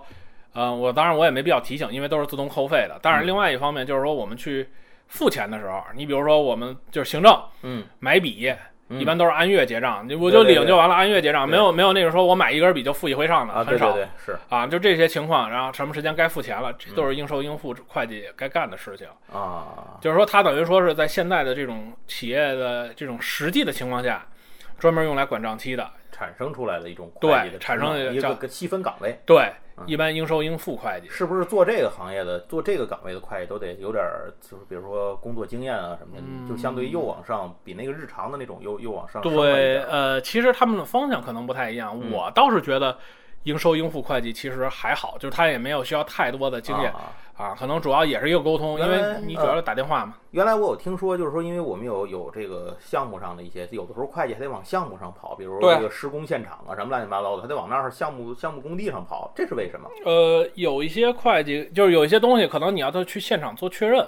[SPEAKER 1] 呃，我当然我也没必要提醒，因为都是自动扣费的。当然，
[SPEAKER 3] 嗯
[SPEAKER 1] 另外一方面就是说我们去付钱的时候，你比如说我们就是行政
[SPEAKER 3] 嗯，
[SPEAKER 1] 买笔，
[SPEAKER 3] 嗯
[SPEAKER 1] 一般都是按月结账，你我
[SPEAKER 3] 对
[SPEAKER 1] 就
[SPEAKER 3] 对
[SPEAKER 1] 领
[SPEAKER 3] 对
[SPEAKER 1] 就完了，按月结账，
[SPEAKER 3] 对
[SPEAKER 1] 没有没有那个说我买一根笔就付一回上的，
[SPEAKER 3] 啊，对
[SPEAKER 1] 很少
[SPEAKER 3] 对对，是
[SPEAKER 1] 啊，就这些情况，然后什么时间该付钱了，这
[SPEAKER 3] 嗯
[SPEAKER 1] 都是应收应付会计该干的事情。
[SPEAKER 3] 啊，
[SPEAKER 1] 就是说，它等于说是在现在的这种企业的这种实际的情况下，专门用来管账期的。
[SPEAKER 3] 产生出来的一种
[SPEAKER 1] 对
[SPEAKER 3] 会计的
[SPEAKER 1] 产生
[SPEAKER 3] 职能
[SPEAKER 1] 一
[SPEAKER 3] 一
[SPEAKER 1] 个
[SPEAKER 3] 个个细分岗位。
[SPEAKER 1] 对
[SPEAKER 3] 嗯，
[SPEAKER 1] 一般应收应付会计。
[SPEAKER 3] 是不是做这个行业的、做这个岗位的会计都得有点儿，就是比如说工作经验啊什么的，
[SPEAKER 1] 嗯
[SPEAKER 3] 就相对又往上，比那个日常的那种又又往上升了一
[SPEAKER 1] 对，
[SPEAKER 3] 点儿。
[SPEAKER 1] 呃，其实他们的方向可能不太一样。
[SPEAKER 3] 嗯
[SPEAKER 1] 我倒是觉得应收应付会计其实还好，就是他也没有需要太多的经验
[SPEAKER 3] 啊
[SPEAKER 1] 啊，可能主要也是一个沟通，因
[SPEAKER 3] 原来
[SPEAKER 1] 为你主要是打电话嘛。
[SPEAKER 3] 原来我有听说，就是说，因为我们有有这个项目上的一些，有的时候会计还得往项目上跑，比如说
[SPEAKER 1] 对
[SPEAKER 3] 这个施工现场啊，什么乱七八糟的，他得往那儿项目项目工地上跑，这是为什么？
[SPEAKER 1] 呃，有一些会计就是有一些东西，可能你要他去现场做确认。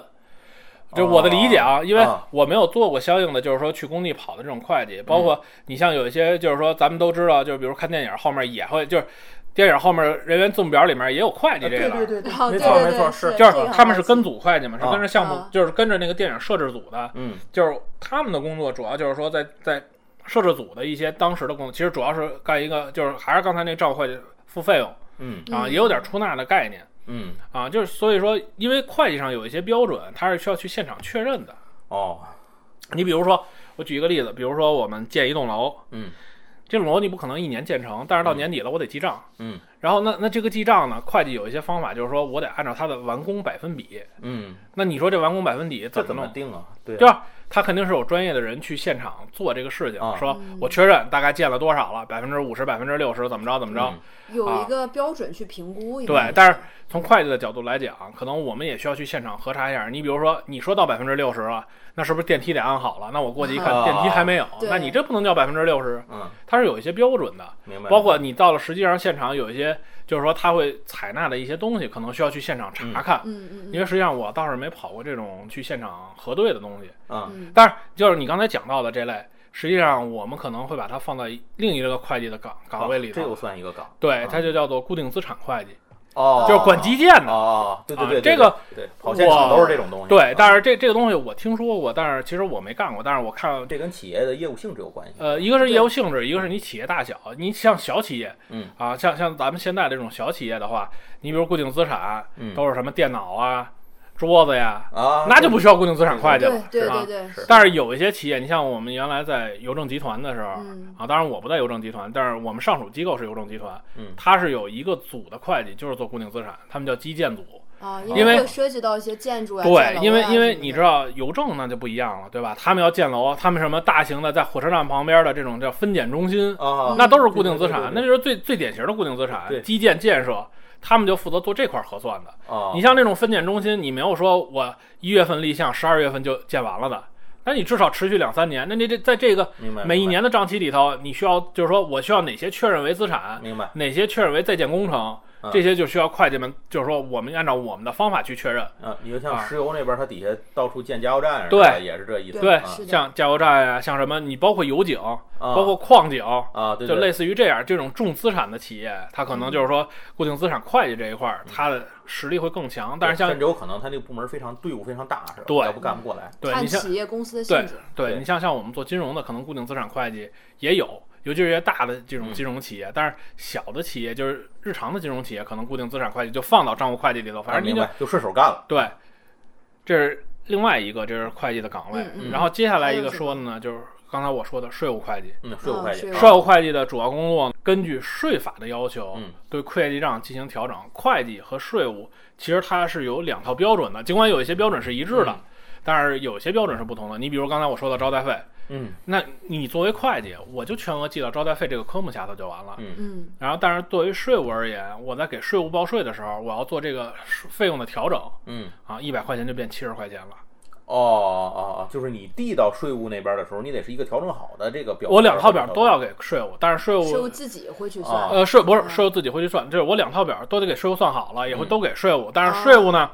[SPEAKER 1] 就是我的理解啊，因为
[SPEAKER 3] 啊
[SPEAKER 1] 我没有做过相应的，就是说去工地跑的这种会计，包括你像有一些，就是说咱们都知道，就是比如看电影后面也会，就是电影后面人员字母表里面也有会计这
[SPEAKER 3] 对
[SPEAKER 1] 个
[SPEAKER 3] 对
[SPEAKER 1] 栏，
[SPEAKER 3] 对对，
[SPEAKER 2] 啊
[SPEAKER 3] 没
[SPEAKER 2] 对
[SPEAKER 3] 错
[SPEAKER 2] 对
[SPEAKER 3] 没
[SPEAKER 2] 对
[SPEAKER 3] 错，
[SPEAKER 2] 是
[SPEAKER 3] 是，
[SPEAKER 1] 就是
[SPEAKER 2] 这个很
[SPEAKER 1] 他们是
[SPEAKER 2] 好
[SPEAKER 1] 跟组会计嘛，是
[SPEAKER 3] 啊
[SPEAKER 1] 跟着项目
[SPEAKER 2] 啊，
[SPEAKER 1] 就是跟着那个电影摄制组的，
[SPEAKER 3] 嗯
[SPEAKER 1] 就是他们的工作主要就是说在在摄制组的一些当时的工作，其实主要是干一个就是还是刚才那账会计付费用
[SPEAKER 3] 嗯
[SPEAKER 1] 啊，
[SPEAKER 2] 嗯
[SPEAKER 1] 也有点出纳的概念。
[SPEAKER 3] 嗯，
[SPEAKER 1] 啊，就是所以说，因为会计上有一些标准，它是需要去现场确认的。
[SPEAKER 3] 哦，
[SPEAKER 1] 你比如说，我举一个例子，比如说我们建一栋楼，
[SPEAKER 3] 嗯
[SPEAKER 1] 这栋楼你不可能一年建成，但是到年底了我得记账。
[SPEAKER 3] 嗯
[SPEAKER 1] 然后那那这个记账呢，会计有一些方法，就是说我得按照它的完工百分比。
[SPEAKER 3] 嗯，
[SPEAKER 1] 那你说这完工百分比怎
[SPEAKER 3] 这
[SPEAKER 1] 么
[SPEAKER 3] 怎么
[SPEAKER 1] 弄？
[SPEAKER 3] 定啊？对啊，
[SPEAKER 1] 对吧？他肯定是有专业的人去现场做这个事情，
[SPEAKER 3] 啊
[SPEAKER 1] 说我确认大概建了多少了，百分之五十、百分之六十，怎么着怎么着。
[SPEAKER 3] 嗯
[SPEAKER 2] 有一个标准去评估。应该
[SPEAKER 1] 啊对，但是从会计的角度来讲，可能我们也需要去现场核查一下。你比如说，你说到百分之六十了，那是不是电梯得按好了？那我过去一看，
[SPEAKER 3] 啊
[SPEAKER 1] 电梯还没有，
[SPEAKER 2] 对
[SPEAKER 1] 那你这不能叫百分之六十，
[SPEAKER 3] 嗯，
[SPEAKER 1] 它是有一些标准的。
[SPEAKER 3] 明白。
[SPEAKER 1] 包括你到了实际上现场，有一些就是说他会采纳的一些东西，可能需要去现场查看。
[SPEAKER 2] 嗯嗯
[SPEAKER 1] 因为实际上我倒是没跑过这种去现场核对的东西，
[SPEAKER 3] 嗯
[SPEAKER 2] 嗯
[SPEAKER 1] 但是就是你刚才讲到的这类，实际上我们可能会把它放在另一个会计的岗岗位里
[SPEAKER 3] 哦这
[SPEAKER 1] 头
[SPEAKER 3] 又，算一个岗
[SPEAKER 1] 对，
[SPEAKER 3] 啊
[SPEAKER 1] 它就叫做固定资产会计，
[SPEAKER 3] 哦，
[SPEAKER 1] 就是管基建的。
[SPEAKER 3] 哦，对对
[SPEAKER 1] 啊
[SPEAKER 3] 对，
[SPEAKER 1] 这个
[SPEAKER 3] 对对跑现场
[SPEAKER 1] 我
[SPEAKER 3] 都是这种东西。
[SPEAKER 1] 对，但
[SPEAKER 3] 是
[SPEAKER 1] 是这这个东西我听说过，但是其实我没干过。但是我看，
[SPEAKER 3] 这跟企业的业务性质有关系。
[SPEAKER 1] 呃，一个是业务性质，一个是你企业大小。你像小企业，
[SPEAKER 3] 嗯
[SPEAKER 1] 啊，像像咱们现在这种小企业的话，你比如固定资产，
[SPEAKER 3] 嗯
[SPEAKER 1] 都是什么电脑啊、桌子呀，
[SPEAKER 3] 啊，
[SPEAKER 1] 那就不需要固定资产会计
[SPEAKER 2] 对
[SPEAKER 1] 了，
[SPEAKER 2] 对
[SPEAKER 1] 是吧
[SPEAKER 2] 对？对，
[SPEAKER 3] 是
[SPEAKER 1] 但是有一些企业，你像我们原来在邮政集团的时候，
[SPEAKER 2] 嗯
[SPEAKER 1] 啊，当然我不在邮政集团，但是我们上属机构是邮政集团，
[SPEAKER 3] 嗯
[SPEAKER 1] 它是有一个组的会计，就是做固定资产，他们叫基建组。
[SPEAKER 2] 啊，
[SPEAKER 1] 因为
[SPEAKER 2] 会涉及到一些建筑啊，建
[SPEAKER 1] 对，
[SPEAKER 2] 楼
[SPEAKER 1] 因为
[SPEAKER 2] 啊
[SPEAKER 1] 因为
[SPEAKER 2] 什么
[SPEAKER 1] 你
[SPEAKER 2] 的
[SPEAKER 1] 知道邮政那就不一样了，对吧？他们要建楼，他们什么大型的在火车站旁边的这种叫分拣中心，
[SPEAKER 3] 啊，
[SPEAKER 1] 那都是固定资
[SPEAKER 3] 对对对
[SPEAKER 1] 产，那
[SPEAKER 3] 对
[SPEAKER 1] 就是最最典型的固定资产
[SPEAKER 3] 对，
[SPEAKER 1] 基建建设，他们就负责做这块核算的。
[SPEAKER 3] 啊，
[SPEAKER 1] 你像这种分拣中心，你没有说我一月份立项，十二月份就建完了的，那你至少持续两三年。那你这在这个
[SPEAKER 3] 明白
[SPEAKER 1] 每一
[SPEAKER 3] 明白
[SPEAKER 1] 年的账期里头，你需要就是说我需要哪些确认为资产，
[SPEAKER 3] 明白
[SPEAKER 1] 哪些确认为在建工程
[SPEAKER 3] 嗯，
[SPEAKER 1] 这些就需要会计们就是说我们按照我们的方法去确认。
[SPEAKER 3] 啊，你就像
[SPEAKER 1] 啊
[SPEAKER 3] 石油那边，它底下到处建加油站似的，
[SPEAKER 1] 对
[SPEAKER 3] 也是这意思。
[SPEAKER 1] 对
[SPEAKER 3] 啊，
[SPEAKER 2] 是的
[SPEAKER 1] 像加油站呀、像什么你包括油井，
[SPEAKER 3] 啊
[SPEAKER 1] 包括矿井，
[SPEAKER 3] 啊，对
[SPEAKER 1] 就
[SPEAKER 3] 对，
[SPEAKER 1] 类似于这样这种重资产的企业，它可能就是说固定资产会计这一块儿，它的实力会更强。但是像
[SPEAKER 3] 甚至有可能他那个部门非常队伍非常大，是吧？
[SPEAKER 1] 对
[SPEAKER 3] 要不干不过来。
[SPEAKER 1] 对
[SPEAKER 2] 看
[SPEAKER 1] 你像
[SPEAKER 2] 企业公司的性
[SPEAKER 1] 对
[SPEAKER 2] 质，
[SPEAKER 1] 对，
[SPEAKER 3] 对
[SPEAKER 1] 你像像我们做金融的，可能固定资产会计也有，尤其是一些大的这种
[SPEAKER 3] 嗯
[SPEAKER 1] 金融企业，但是小的企业就是日常的金融企业，可能固定资产会计就放到账务会计里头，反
[SPEAKER 3] 啊
[SPEAKER 1] 正你
[SPEAKER 3] 明
[SPEAKER 1] 就
[SPEAKER 3] 白，就顺手干了。
[SPEAKER 1] 对，这是另外一个，这是会计的岗位。
[SPEAKER 2] 嗯
[SPEAKER 3] 嗯
[SPEAKER 1] 然后接下来
[SPEAKER 2] 还有
[SPEAKER 1] 一个
[SPEAKER 2] 什
[SPEAKER 1] 说的呢，就是刚才我说的税务会计。
[SPEAKER 3] 嗯，税务
[SPEAKER 2] 啊
[SPEAKER 3] 会计
[SPEAKER 2] 税，务
[SPEAKER 1] 税务会计的主要工作，根据税法的要求，
[SPEAKER 3] 嗯
[SPEAKER 1] 对会计账进行调整。会计和税务其实它是有两套标准的，尽管有一些标准是一致的，
[SPEAKER 3] 嗯
[SPEAKER 1] 但是有些标准是不同的。你比如刚才我说的招待费，
[SPEAKER 3] 嗯
[SPEAKER 1] 那你作为会计，我就全额记到招待费这个科目下头就完了。
[SPEAKER 3] 嗯
[SPEAKER 2] 嗯
[SPEAKER 1] 然后，但是作为税务而言，我在给税务报税的时候，我要做这个费用的调整
[SPEAKER 3] 嗯，
[SPEAKER 1] 啊，一百块钱就变七十块钱了。
[SPEAKER 3] 哦哦哦，就是你递到税务那边的时候，你得是一个调整好的这个表。
[SPEAKER 1] 我两套表都要给税务，但是税务
[SPEAKER 2] 税务自己会去算
[SPEAKER 3] 啊，
[SPEAKER 1] 呃，税不是税务自己会去算，就是我两套表都得给税务算好了，也会
[SPEAKER 3] 嗯
[SPEAKER 1] 都给税务。但是税务呢，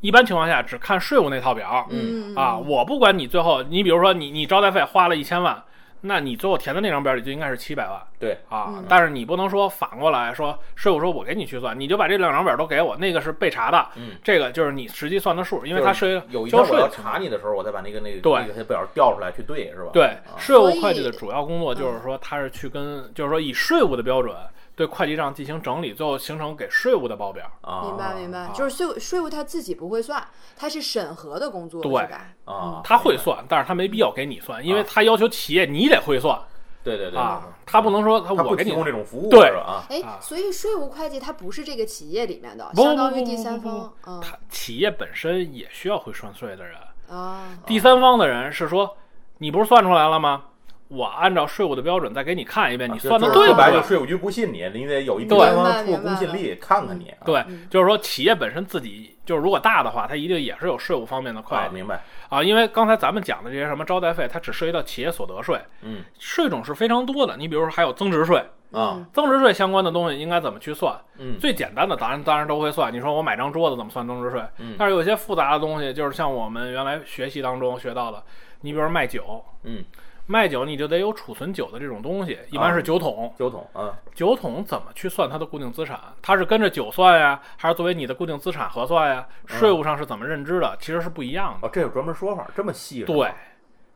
[SPEAKER 1] 一般情况下只看税务那套表
[SPEAKER 2] 嗯
[SPEAKER 1] 啊。我不管你最后，你比如说你你招待费花了一千万，那你最后填的那张表里就应该是七百万
[SPEAKER 3] 对，
[SPEAKER 1] 啊
[SPEAKER 2] 嗯。
[SPEAKER 1] 但是你不能说反过来说税务说我给你去算，你就把这两张表都给我，那个是被查的，
[SPEAKER 3] 嗯，
[SPEAKER 1] 这个就是你实际算的数，因为
[SPEAKER 3] 就
[SPEAKER 1] 它
[SPEAKER 3] 是
[SPEAKER 1] 涉及
[SPEAKER 3] 有一天
[SPEAKER 1] 交
[SPEAKER 3] 我
[SPEAKER 1] 税
[SPEAKER 3] 要
[SPEAKER 1] 的情
[SPEAKER 3] 查
[SPEAKER 1] 况。
[SPEAKER 3] 你的时候，我再把那个那个
[SPEAKER 1] 对
[SPEAKER 3] 那个表调出来去对，是吧？
[SPEAKER 1] 对
[SPEAKER 3] 啊，
[SPEAKER 1] 税务
[SPEAKER 2] 所以
[SPEAKER 1] 会计的主要工作就是说，它是去跟，就是说以税务的标准对会计账进行整理，最后形成给税务的报表。
[SPEAKER 3] 啊，
[SPEAKER 2] 明白明白，
[SPEAKER 1] 啊
[SPEAKER 2] 就是税务税务他自己不会算，他是审核的工作，
[SPEAKER 1] 对
[SPEAKER 2] 是吧？
[SPEAKER 3] 啊，
[SPEAKER 1] 他会算，但是他没必要给你算，因为他要求企业你得会算
[SPEAKER 3] 对啊对对
[SPEAKER 1] 啊，他不能说他
[SPEAKER 3] 他
[SPEAKER 1] 我
[SPEAKER 3] 不
[SPEAKER 1] 给
[SPEAKER 3] 提
[SPEAKER 1] 你
[SPEAKER 3] 供这种服务，
[SPEAKER 1] 对
[SPEAKER 3] 是吧？啊，
[SPEAKER 2] 哎、
[SPEAKER 1] 啊
[SPEAKER 2] 所以税务会计它不是这个企业里面的，
[SPEAKER 1] 不
[SPEAKER 2] 相当
[SPEAKER 1] 不
[SPEAKER 2] 于
[SPEAKER 1] 不
[SPEAKER 2] 第
[SPEAKER 1] 不
[SPEAKER 2] 三
[SPEAKER 1] 不
[SPEAKER 2] 方，嗯
[SPEAKER 1] 他企业本身也需要会算税的人，
[SPEAKER 2] 啊，
[SPEAKER 1] 第三方的人是说，你不是算出来了吗？我按照税务的标准再给你看一遍，你
[SPEAKER 3] 就
[SPEAKER 1] 算的
[SPEAKER 3] 啊就是
[SPEAKER 1] 对
[SPEAKER 3] 说
[SPEAKER 1] 不
[SPEAKER 3] 白了，
[SPEAKER 1] 对？
[SPEAKER 3] 税务局不信你，你得有一
[SPEAKER 1] 对
[SPEAKER 3] 定方
[SPEAKER 2] 明白
[SPEAKER 3] 出公信力，看看你啊。
[SPEAKER 1] 对
[SPEAKER 2] 嗯，
[SPEAKER 1] 就是说企业本身自己就是如果大的话，它一定也是有税务方面的会
[SPEAKER 3] 啊，
[SPEAKER 1] 计
[SPEAKER 3] 明白。
[SPEAKER 1] 啊，因为刚才咱们讲的这些什么招待费，它只涉及到企业所得税，
[SPEAKER 3] 嗯
[SPEAKER 1] 税种是非常多的。你比如说还有增值税，
[SPEAKER 2] 嗯
[SPEAKER 3] 啊，
[SPEAKER 1] 增值税相关的东西应该怎么去算？
[SPEAKER 3] 嗯
[SPEAKER 1] 最简单的当然当然都会算。你说我买张桌子怎么算增值税？
[SPEAKER 3] 嗯
[SPEAKER 1] 但是有些复杂的东西，就是像我们原来学习当中学到的，你比如说卖酒，
[SPEAKER 3] 嗯，
[SPEAKER 1] 卖酒你就得有储存酒的这种东西，一般是酒桶。
[SPEAKER 3] 酒桶啊，
[SPEAKER 1] 酒桶怎么去算它的固定资产？它是跟着酒算呀，还是作为你的固定资产核算呀？
[SPEAKER 3] 啊
[SPEAKER 1] 税务上是怎么认知的？其实是不一样的。
[SPEAKER 3] 哦，这有专门说法，这么细是吧
[SPEAKER 1] 对，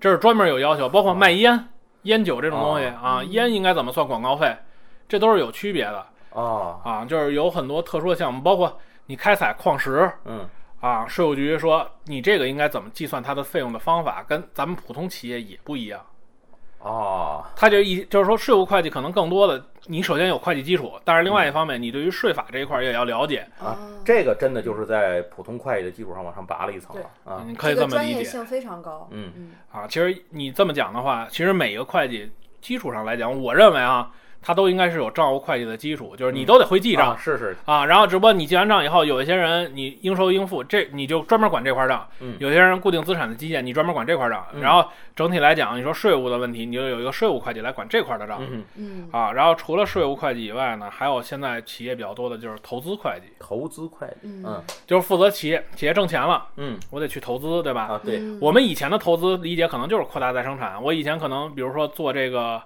[SPEAKER 1] 这是专门有要求，包括卖烟、烟酒这种东西
[SPEAKER 3] 哦
[SPEAKER 1] 啊，
[SPEAKER 2] 嗯
[SPEAKER 1] 烟应该怎么算广告费，这都是有区别的
[SPEAKER 3] 哦，
[SPEAKER 1] 啊。就是有很多特殊的项目，包括你开采矿石
[SPEAKER 3] 嗯
[SPEAKER 1] 啊，税务局说你这个应该怎么计算它的费用的方法，跟咱们普通企业也不一样。
[SPEAKER 3] 啊，
[SPEAKER 1] 他就一就是说，税务会计可能更多的，你首先有会计基础，但是另外一方面，你对于税法这一块儿也要了解，
[SPEAKER 3] 啊
[SPEAKER 2] 哦
[SPEAKER 3] 这个真的就是在普通会计的基础上往上拔了一层了啊，
[SPEAKER 1] 你可以这
[SPEAKER 2] 这个
[SPEAKER 1] 么
[SPEAKER 2] 专
[SPEAKER 1] 理
[SPEAKER 2] 业
[SPEAKER 1] 解
[SPEAKER 2] 性非常高。
[SPEAKER 3] 嗯
[SPEAKER 1] 啊。其实你这么讲的话，其实每一个会计基础上来讲，我认为啊，他都应该是有账务会计的基础，就是你都得会记账
[SPEAKER 3] 啊，是是，
[SPEAKER 1] 啊，然后只不过你记完账以后，有一些人你应收应付，这你就专门管这块账；
[SPEAKER 3] 嗯
[SPEAKER 1] 有些人固定资产的基建，你专门管这块账。
[SPEAKER 3] 嗯
[SPEAKER 1] 然后整体来讲，你说税务的问题，你就有一个税务会计来管这块的账、
[SPEAKER 3] 嗯哼，
[SPEAKER 2] 嗯，
[SPEAKER 1] 啊。然后除了税务会计以外呢，还有现在企业比较多的就是投资会计，
[SPEAKER 3] 投资会计，
[SPEAKER 2] 嗯
[SPEAKER 3] 嗯
[SPEAKER 1] 就是负责企业企业挣钱了，
[SPEAKER 3] 嗯
[SPEAKER 1] 我得去投资，对吧？
[SPEAKER 3] 啊，对，
[SPEAKER 2] 嗯
[SPEAKER 1] 我们以前的投资理解可能就是扩大再生产。我以前可能比如说做这个，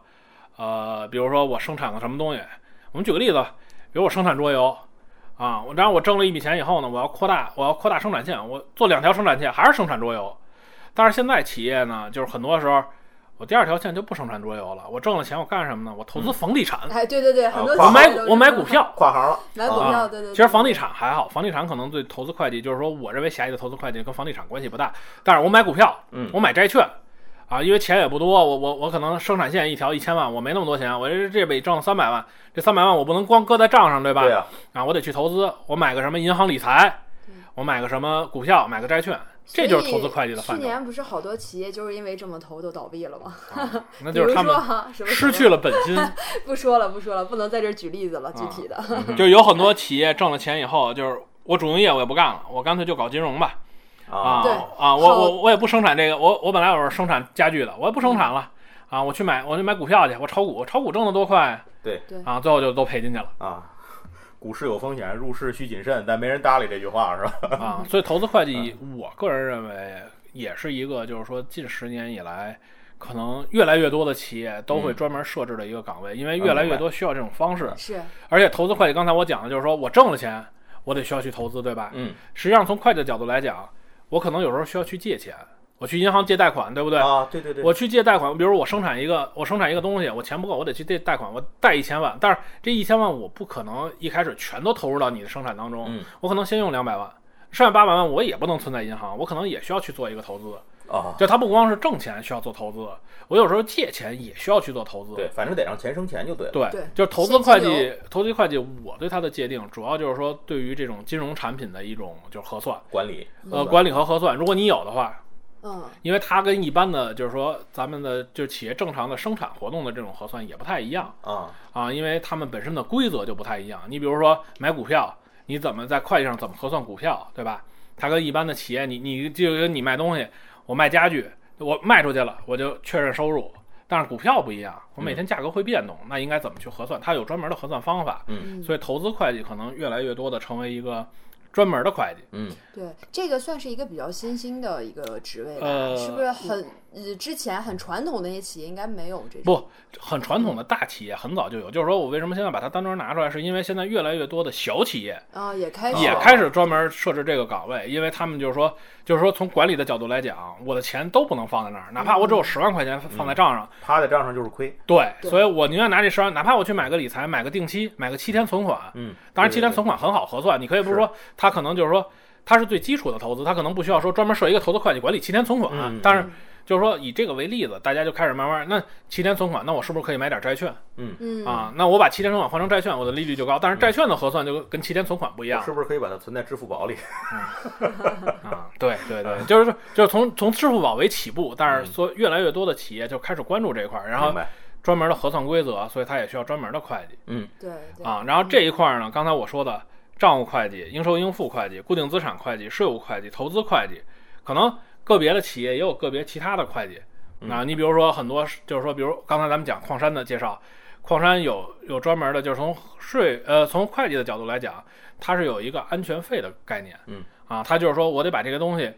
[SPEAKER 1] 呃，比如说我生产了什么东西，我们举个例子吧，比如我生产桌游啊，我然后我挣了一笔钱以后呢，我要扩大，我要扩大生产线，我做两条生产线还是生产桌游，但是现在企业呢，就是很多时候我第二条线就不生产桌游了，我挣了钱我干什么呢？我投资房地产，
[SPEAKER 2] 哎，对对对，
[SPEAKER 3] 啊
[SPEAKER 2] 很多
[SPEAKER 3] 我
[SPEAKER 1] 我
[SPEAKER 2] 企
[SPEAKER 1] 买
[SPEAKER 2] 业
[SPEAKER 1] 股
[SPEAKER 2] 都是
[SPEAKER 1] 我买股票。
[SPEAKER 3] 跨行了，
[SPEAKER 2] 买股
[SPEAKER 3] 啊
[SPEAKER 2] 票，对对。对
[SPEAKER 1] 其实房地产还好，房地产可能对投资会计，就是说我认为狭义的投资会计跟房地产关系不大。但是我买股票，
[SPEAKER 3] 嗯
[SPEAKER 1] 我买债券，啊，因为钱也不多，我我我可能生产线一条一千万，我没那么多钱，我这这笔挣了三百万，这三百万我不能光搁在账上，对吧？
[SPEAKER 3] 对呀，
[SPEAKER 1] 啊，我得去投资，我买个什么银行理财
[SPEAKER 2] 对，
[SPEAKER 1] 我买个什么股票，买个债券，
[SPEAKER 2] 所
[SPEAKER 1] 这
[SPEAKER 2] 以
[SPEAKER 1] 就是投资会计的范
[SPEAKER 2] 去
[SPEAKER 1] 畴，
[SPEAKER 2] 年不是好多企业就是因为这么投都倒闭了吗？
[SPEAKER 1] 啊那就是他
[SPEAKER 2] 比如说
[SPEAKER 1] 们
[SPEAKER 2] 哈，什么
[SPEAKER 1] 失去了本金。
[SPEAKER 3] 嗯
[SPEAKER 2] 不说了不说了，不能在这儿举例子了，具
[SPEAKER 1] 啊
[SPEAKER 2] 体的。
[SPEAKER 1] 就是有很多企业挣了钱以后，就是我主营业我也不干了，我干脆就搞金融吧。啊
[SPEAKER 2] 对
[SPEAKER 1] 啊，我
[SPEAKER 2] 好
[SPEAKER 1] 我我也不生产这个，我我本来我是生产家具的，我也不生产了。
[SPEAKER 2] 嗯
[SPEAKER 1] 啊，我去买，我就买股票去，我炒股，炒股挣得多快啊
[SPEAKER 3] 对
[SPEAKER 2] 对
[SPEAKER 1] 啊！最后就都赔进去了
[SPEAKER 3] 啊，股市有风险，入市需谨慎，但没人搭理这句话是吧？
[SPEAKER 1] 啊！所以投资会
[SPEAKER 3] 嗯
[SPEAKER 1] 计，我个人认为也是一个，就是说近十年以来，可能越来越多的企业都会
[SPEAKER 3] 嗯
[SPEAKER 1] 专门设置的一个岗位，因为
[SPEAKER 3] 嗯
[SPEAKER 1] 越来
[SPEAKER 3] 明
[SPEAKER 1] 越
[SPEAKER 3] 白嗯
[SPEAKER 1] 多需要这种方式。
[SPEAKER 2] 是，
[SPEAKER 1] 而且投资会计，刚才我讲的就是说我挣了钱，我得需要去投资，对吧？
[SPEAKER 3] 嗯，
[SPEAKER 1] 实际上从会计的角度来讲，我可能有时候需要去借钱，我去银行借贷款，对不对？
[SPEAKER 3] 啊，对对对，
[SPEAKER 1] 我去借贷款，比如我生产一个，我生产一个东西，我钱不够，我得去借贷款，我贷一千万，但是这一千万我不可能一开始全都投入到你的生产当中，
[SPEAKER 3] 嗯
[SPEAKER 1] 我可能先用两百万，剩下八百万我也不能存在银行，我可能也需要去做一个投资。
[SPEAKER 3] 啊，
[SPEAKER 1] 就它不光是挣钱需要做投资，我有时候借钱也需要去做投资。
[SPEAKER 3] 对，反正得让钱生钱就对了。
[SPEAKER 1] 对
[SPEAKER 2] 对
[SPEAKER 1] 就是投资会
[SPEAKER 2] 现金
[SPEAKER 1] 计，投资会计，我对它的界定主要就是说对于这种金融产品的一种就是核算，
[SPEAKER 3] 管理，
[SPEAKER 1] 呃，管理和核算，如果你有的话，
[SPEAKER 2] 嗯，
[SPEAKER 1] 因为它跟一般的就是说咱们的就是企业正常的生产活动的这种核算也不太一样
[SPEAKER 3] 啊，
[SPEAKER 1] 啊，因为他们本身的规则就不太一样。你比如说买股票，你怎么在会计上怎么核算股票，对吧？它跟一般的企业，你你就跟你卖东西，我卖家具，我卖出去了，我就确认收入。但是股票不一样，我每天价格会变动，那应该怎么去核算？它有专门的核算方法。
[SPEAKER 2] 嗯
[SPEAKER 1] 所以投资会计可能越来越多的成为一个专门的会计。
[SPEAKER 3] 嗯，
[SPEAKER 2] 对，这个算是一个比较新兴的一个职位吧，
[SPEAKER 1] 呃
[SPEAKER 2] 是不是很呃之前很传统的那些企业应该没有这种，
[SPEAKER 1] 不，很传统的大企业很早就有，就是说我为什么现在把它单独拿出来，是因为现在越来越多的小企业
[SPEAKER 2] 啊、也开始
[SPEAKER 1] 也
[SPEAKER 2] 了
[SPEAKER 1] 开始专门设置这个岗位，因为他们就是说，就是说从管理的角度来讲，我的钱都不能放在那儿，哪怕我只有十万块钱
[SPEAKER 3] 嗯
[SPEAKER 1] 放在账上，
[SPEAKER 3] 趴在账上就是亏。
[SPEAKER 1] 对，
[SPEAKER 2] 对
[SPEAKER 1] 所以我宁愿拿这十万，哪怕我去买个理财，买个定期，买个七天存款，
[SPEAKER 3] 嗯，
[SPEAKER 1] 当然，期
[SPEAKER 3] 对
[SPEAKER 1] 权
[SPEAKER 3] 对
[SPEAKER 1] 存款很好核算，你可以不是说它可能就是说它是最基础的投资，它可能不需要说专门设一个投资会计管理期权存款。
[SPEAKER 3] 嗯
[SPEAKER 1] 但是就是说以这个为例子，大家就开始慢慢那期权存款，那我是不是可以买点债券、
[SPEAKER 2] 嗯
[SPEAKER 1] 啊？那我把期权存款换成债券，我的利率就高，但是债券的核算就跟期权存款不一
[SPEAKER 3] 对
[SPEAKER 1] 样
[SPEAKER 3] 嗯我是不是可以把它存在支付宝里？
[SPEAKER 1] 啊。对对对，就是说就是从从支付宝为起步，但是说越来越多的企业就开始关注这一块儿，然后
[SPEAKER 3] 嗯 <laughs> 明白
[SPEAKER 1] 专门的核算规则，所以它也需要专门的会计。
[SPEAKER 2] 对对
[SPEAKER 1] 啊，然后这一块儿呢，刚才我说的账务会计、应收应付会计、固定资产会计、税务会计、投资会计，可能个别的企业也有个别其他的会计。啊，你比如说很多是就是说，比如刚才咱们讲矿山的介绍，矿山有有专门的，就是从税呃从会计的角度来讲，它是有一个安全费的概念。
[SPEAKER 3] 嗯，
[SPEAKER 1] 啊，它就是说我得把这个东西，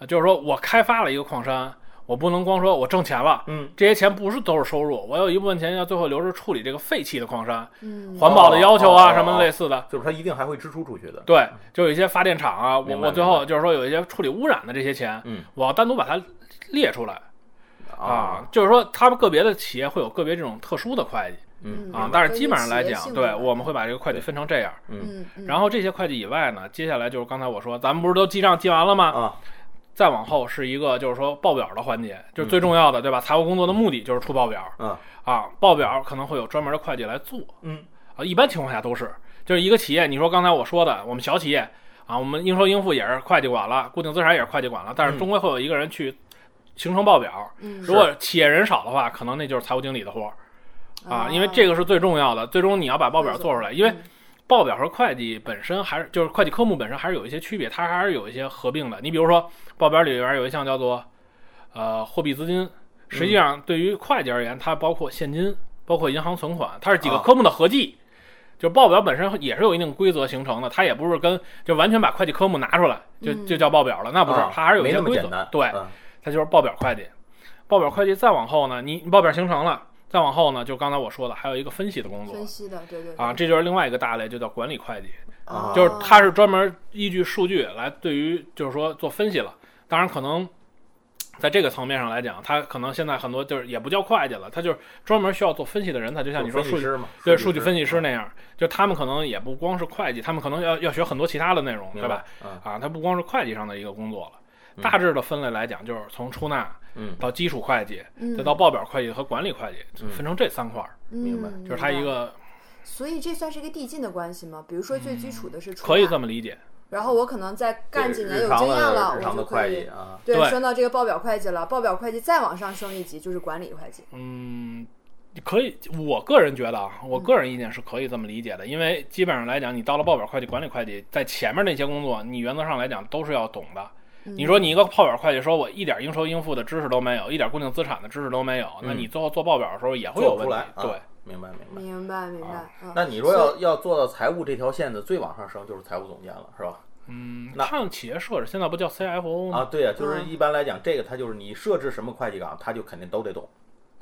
[SPEAKER 1] 呃就是说我开发了一个矿山，我不能光说我挣钱了，
[SPEAKER 3] 嗯，
[SPEAKER 1] 这些钱不是都是收入，我有一部分钱要最后留着处理这个废弃的矿山，
[SPEAKER 2] 嗯
[SPEAKER 1] 环保的要求啊，
[SPEAKER 3] 哦
[SPEAKER 1] 什么类似的。
[SPEAKER 3] 就是它一定还会支出出去的。
[SPEAKER 1] 对，就有一些发电厂啊，我
[SPEAKER 3] 明白
[SPEAKER 1] 我最
[SPEAKER 3] 明白
[SPEAKER 1] 后就是说有一些处理污染的这些钱，
[SPEAKER 3] 嗯，哦
[SPEAKER 1] 我要单独把它列出来，
[SPEAKER 3] 啊
[SPEAKER 1] 啊就是说他们个别的企业会有个别这种特殊的会计
[SPEAKER 3] 嗯
[SPEAKER 2] 嗯
[SPEAKER 1] 啊
[SPEAKER 2] 嗯，
[SPEAKER 1] 但是
[SPEAKER 2] 根
[SPEAKER 1] 基
[SPEAKER 2] 据
[SPEAKER 1] 本上来
[SPEAKER 2] 企业
[SPEAKER 1] 讲，
[SPEAKER 2] 性
[SPEAKER 1] 对
[SPEAKER 2] 质
[SPEAKER 1] 我们会把这个会计
[SPEAKER 3] 对
[SPEAKER 1] 分成这样。
[SPEAKER 2] 嗯嗯
[SPEAKER 1] 然后这些会计以外呢，接下来就是刚才我说，咱们不是都记账记完了吗？
[SPEAKER 3] 啊，
[SPEAKER 1] 再往后是一个就是说报表的环节，就是最重要的，对吧？财务工作的目的就是出报表
[SPEAKER 3] 嗯
[SPEAKER 1] 啊，报表可能会有专门的会计来做
[SPEAKER 3] 嗯
[SPEAKER 1] 啊，一般情况下都是，就是一个企业，你说刚才我说的，我们小企业啊，我们应收应付也是会计管了，固定资产也是会计管了，但是
[SPEAKER 3] 嗯
[SPEAKER 1] 终归会有一个人去形成报表。
[SPEAKER 2] 嗯
[SPEAKER 1] 如果企业人少的话，可能那就是财务经理的活儿啊，因为这个是最重要的，最终你要把报表做出来，因为
[SPEAKER 2] 嗯
[SPEAKER 1] 报表和会计本身还是就是会计科目本身还是有一些区别，它还是有一些合并的。你比如说，报表里边有一项叫做呃货币资金，实
[SPEAKER 3] 嗯
[SPEAKER 1] 际上对于会计而言，它包括现金，包括银行存款，它是几个
[SPEAKER 3] 啊
[SPEAKER 1] 科目的合计。就报表本身也是有一定规则形成的，它也不是跟就完全把会计科目拿出来就
[SPEAKER 2] 嗯
[SPEAKER 1] 就叫报表了，那不是
[SPEAKER 3] 啊，
[SPEAKER 1] 它还是有一
[SPEAKER 3] 没
[SPEAKER 1] 些
[SPEAKER 3] 那么
[SPEAKER 1] 规
[SPEAKER 3] 简
[SPEAKER 1] 则
[SPEAKER 3] 单。。
[SPEAKER 1] 对，
[SPEAKER 3] 嗯
[SPEAKER 1] 它就是报表会计。报表会计再往后呢，你你报表形成了，再往后呢，就刚才我说的，还有一个分析的工作
[SPEAKER 2] 分析的，对对对
[SPEAKER 1] 啊，这就是另外一个大类，就叫管理会计，
[SPEAKER 3] 啊
[SPEAKER 1] 就是
[SPEAKER 2] 哦
[SPEAKER 1] 它是专门依据数据来对于就是说做分析了。当然，可能在这个层面上来讲，它可能现在很多就是也不叫会计了，它就是专门需要做分析的人，他就像你说
[SPEAKER 3] 分析
[SPEAKER 1] 数据
[SPEAKER 3] 师嗯嘛，
[SPEAKER 1] 对数据分
[SPEAKER 3] 析
[SPEAKER 1] 析师那样，就他们可能也不光是会计，他们可能要要学很多其他的内容，
[SPEAKER 3] 明
[SPEAKER 1] 对吧
[SPEAKER 3] 白？？嗯
[SPEAKER 1] 啊，它不光是会计上的一个工作了。
[SPEAKER 3] 嗯
[SPEAKER 1] 大致的分类来讲，就是从出纳
[SPEAKER 3] 嗯
[SPEAKER 1] 到基础会计，
[SPEAKER 2] 嗯
[SPEAKER 1] 再到报表会计和管理会计，
[SPEAKER 3] 嗯
[SPEAKER 1] 分成这三块儿，
[SPEAKER 3] 明白
[SPEAKER 2] 嗯
[SPEAKER 1] 就是它一
[SPEAKER 2] 明白
[SPEAKER 1] 个
[SPEAKER 2] 所以这算是一个递进的关系吗？比如说最基础的是出
[SPEAKER 1] 可以
[SPEAKER 2] 纳
[SPEAKER 1] 这么理解。
[SPEAKER 2] 然后我可能再干几年
[SPEAKER 3] 日
[SPEAKER 2] 有
[SPEAKER 3] 常
[SPEAKER 2] 经验
[SPEAKER 3] 的
[SPEAKER 2] 了，
[SPEAKER 3] 日
[SPEAKER 2] 我
[SPEAKER 3] 常
[SPEAKER 2] 就
[SPEAKER 3] 的
[SPEAKER 2] 可
[SPEAKER 3] 会
[SPEAKER 2] 以嗯
[SPEAKER 3] 计啊，
[SPEAKER 2] 对
[SPEAKER 1] 对
[SPEAKER 2] 升到这个报表会计了，报表会计再往上升一级就是管理会计。
[SPEAKER 1] 嗯，可以，我个人觉得啊，我个人意见是可以这么理解的，因为基本上来讲，你到了报表会计、管理会计，在前面那些工作，你原则上来讲都是要懂的。
[SPEAKER 2] 嗯
[SPEAKER 1] 你说你一个报表会计，说我一点应收应付的知识都没有，一点固定资产的知识都没有，那
[SPEAKER 3] 嗯
[SPEAKER 1] 你最后做报表的时候也会有
[SPEAKER 3] 做
[SPEAKER 1] 问
[SPEAKER 3] 不出
[SPEAKER 1] 题
[SPEAKER 3] 来。
[SPEAKER 1] 对
[SPEAKER 3] 啊，明白明白。
[SPEAKER 2] 明白明
[SPEAKER 1] 啊
[SPEAKER 2] 白，嗯
[SPEAKER 3] 那你说要要做到财务这条线的最往上升，就是财务总监了，是吧？
[SPEAKER 1] 嗯，
[SPEAKER 3] 那
[SPEAKER 1] 看企业设置，现在不叫 CFO 吗？
[SPEAKER 3] 啊，对啊，就是
[SPEAKER 2] 嗯
[SPEAKER 3] 一般来讲，这个他就是你设置什么会计岗，他就肯定都得懂，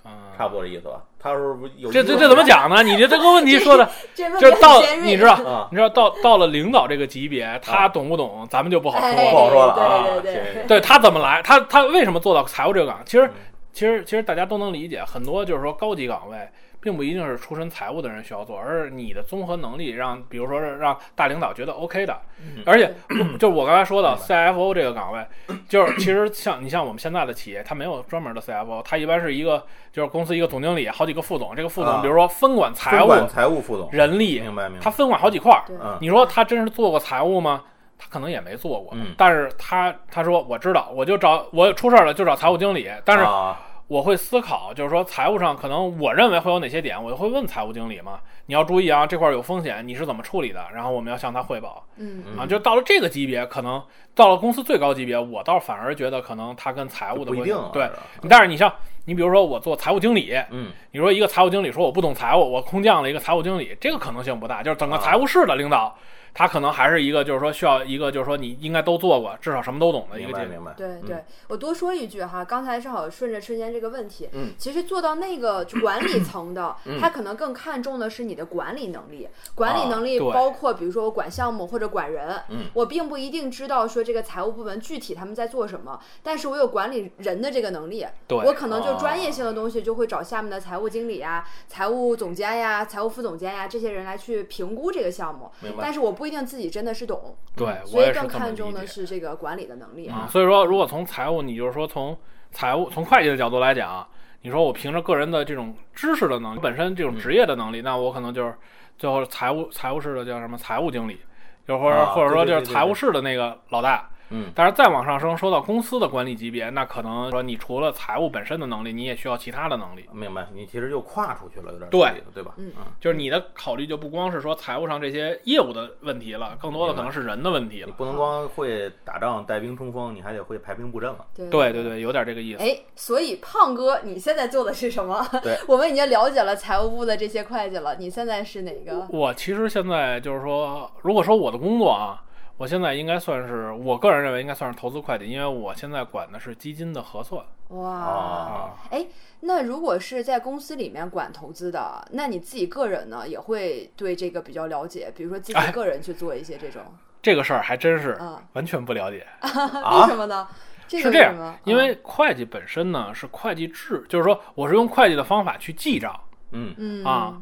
[SPEAKER 1] 嗯，
[SPEAKER 3] 差不多这意思吧？他是不是有
[SPEAKER 1] 这这这怎么讲呢？你这这个问题说的，
[SPEAKER 2] 这问
[SPEAKER 1] 就
[SPEAKER 2] 题
[SPEAKER 1] 是到
[SPEAKER 2] 很尖锐，
[SPEAKER 1] 你知道，
[SPEAKER 3] 啊？
[SPEAKER 1] 你知道到到了领导这个级别，他懂不懂，咱们就不好
[SPEAKER 2] 哎
[SPEAKER 1] 说了。
[SPEAKER 3] 不好说了啊
[SPEAKER 2] 对对对
[SPEAKER 3] 行 <laughs>
[SPEAKER 2] 对，
[SPEAKER 1] 对他怎么来，他他为什么做到财务这个岗？其实
[SPEAKER 3] 嗯
[SPEAKER 1] 其实其实大家都能理解，很多就是说高级岗位，并不一定是出身财务的人需要做，而是你的综合能力让，比如说是让大领导觉得 OK 的
[SPEAKER 3] 嗯。
[SPEAKER 1] 而
[SPEAKER 3] <clears throat>
[SPEAKER 1] 且就是我刚才说的
[SPEAKER 3] 明
[SPEAKER 1] CFO 这个岗位，就是其实像你像我们现在的企业，它没有专门的 CFO，它一般是一个就是公司一个总经理，好几个副总，这个副总
[SPEAKER 3] 啊
[SPEAKER 1] 比如说分管财
[SPEAKER 3] 分
[SPEAKER 1] 务、
[SPEAKER 3] 管财务副总，
[SPEAKER 1] 人力，
[SPEAKER 3] 明白明白。
[SPEAKER 1] 他分管好几块儿。
[SPEAKER 2] 对
[SPEAKER 3] 嗯
[SPEAKER 1] 你说他真是做过财务吗？他可能也没做过，
[SPEAKER 3] 嗯
[SPEAKER 1] 但是他他说我知道，我就找我出事儿了就找财务经理，但是
[SPEAKER 3] 啊
[SPEAKER 1] 我会思考，就是说财务上可能我认为会有哪些点，我就会问财务经理嘛，你要注意啊，这块儿有风险，你是怎么处理的？然后我们要向他汇报
[SPEAKER 2] 嗯
[SPEAKER 3] 嗯
[SPEAKER 1] 啊，就到了这个级别，可能到了公司最高级别，我倒反而觉得可能他跟财务的
[SPEAKER 3] 不
[SPEAKER 1] 关
[SPEAKER 3] 一定
[SPEAKER 1] 系
[SPEAKER 3] 啊，
[SPEAKER 1] 对
[SPEAKER 3] 是，吧
[SPEAKER 1] 但是你像你比如说我做财务经理，
[SPEAKER 3] 嗯
[SPEAKER 1] 你说一个财务经理说我不懂财务，我空降了一个财务经理，这个可能性不大。就是整
[SPEAKER 3] 啊
[SPEAKER 1] 个财务室的领导，他可能还是一个就是说需要一个就是说你应该都做过，至少什么都懂的一
[SPEAKER 3] 明
[SPEAKER 1] 个
[SPEAKER 3] 白
[SPEAKER 1] 阶段。
[SPEAKER 3] 明白，
[SPEAKER 2] 对
[SPEAKER 3] 嗯
[SPEAKER 2] 对，我多说一句哈，刚才正好顺着春坚这个问题，
[SPEAKER 3] 嗯，
[SPEAKER 2] 其实做到那个就管理层的，
[SPEAKER 3] 嗯
[SPEAKER 2] 他可能更看重的是你的管理能力，管理
[SPEAKER 3] 啊
[SPEAKER 2] 能力
[SPEAKER 1] 对
[SPEAKER 2] 包括比如说我管项目或者管人，
[SPEAKER 3] 嗯
[SPEAKER 2] 我并不一定知道说这个财务部门具体他们在做什么，但是我有管理人的这个能力，
[SPEAKER 1] 对
[SPEAKER 2] 我可能就专业
[SPEAKER 3] 啊
[SPEAKER 2] 性的东西就会找下面的财务经理呀、财务总监呀、财务副总监呀这些人来去评估这个项目，
[SPEAKER 3] 明白
[SPEAKER 2] 但是我不一定自己真的是懂，
[SPEAKER 1] 对哎我
[SPEAKER 2] 所以
[SPEAKER 1] 也是
[SPEAKER 2] 更
[SPEAKER 1] 这么
[SPEAKER 2] 看重
[SPEAKER 1] 理
[SPEAKER 2] 的
[SPEAKER 1] 解
[SPEAKER 2] 是这个管理的能力
[SPEAKER 1] 啊。所以说，如果从财务，你就是说从财务从会计的角度来讲，啊你说我凭着个人的这种知识的能力，本身
[SPEAKER 3] 嗯
[SPEAKER 1] 这种职业的能力，那我可能就是最后财务财务室的叫什么财务经理，就或者、
[SPEAKER 3] 啊
[SPEAKER 1] 或者说
[SPEAKER 3] 对
[SPEAKER 1] 就
[SPEAKER 3] 对
[SPEAKER 1] 是财务室的那个老大。
[SPEAKER 3] 嗯
[SPEAKER 1] 但是再往上升，说到公司的管理级别，那可能说你除了财务本身的能力，你也需要其他的能力。
[SPEAKER 3] 明白，你其实又跨出去了，有点
[SPEAKER 1] 对
[SPEAKER 3] 距离了对吧？
[SPEAKER 2] 嗯
[SPEAKER 1] 就是你的考虑就不光是说财务上这些业务的问题了，更多的可能是人的问题
[SPEAKER 3] 你
[SPEAKER 1] 了。
[SPEAKER 3] 不能光会打仗带兵冲锋，你还得会排兵布阵了。
[SPEAKER 2] 对
[SPEAKER 1] 对对对，有点这个意思。
[SPEAKER 2] 哎，所以胖哥，你现在做的是什么？
[SPEAKER 3] 对
[SPEAKER 2] 我们已经了解了财务部的这些会计了，你现在是哪个？
[SPEAKER 1] 我其实现在就是说，如果说我的工作啊，我现在应该算是我个人认为应该算是投资会计，因为我现在管的是基金的核算
[SPEAKER 2] 哇，
[SPEAKER 3] 啊
[SPEAKER 1] 啊。
[SPEAKER 2] 哎，那如果是在公司里面管投资的，那你自己个人呢，也会对这个比较了解，比如说自己
[SPEAKER 1] 哎
[SPEAKER 2] 个人去做一些这种，
[SPEAKER 1] 这个事儿还真是
[SPEAKER 2] 啊
[SPEAKER 1] 完全不了解。
[SPEAKER 2] 为
[SPEAKER 3] 啊
[SPEAKER 2] 什么呢？这
[SPEAKER 1] 是
[SPEAKER 2] 个嗯
[SPEAKER 1] 这
[SPEAKER 2] 为什么
[SPEAKER 1] 样，因为会计本身呢是会计制，就是说我是用会计的方法去记账。
[SPEAKER 3] 嗯
[SPEAKER 2] 嗯
[SPEAKER 1] 啊，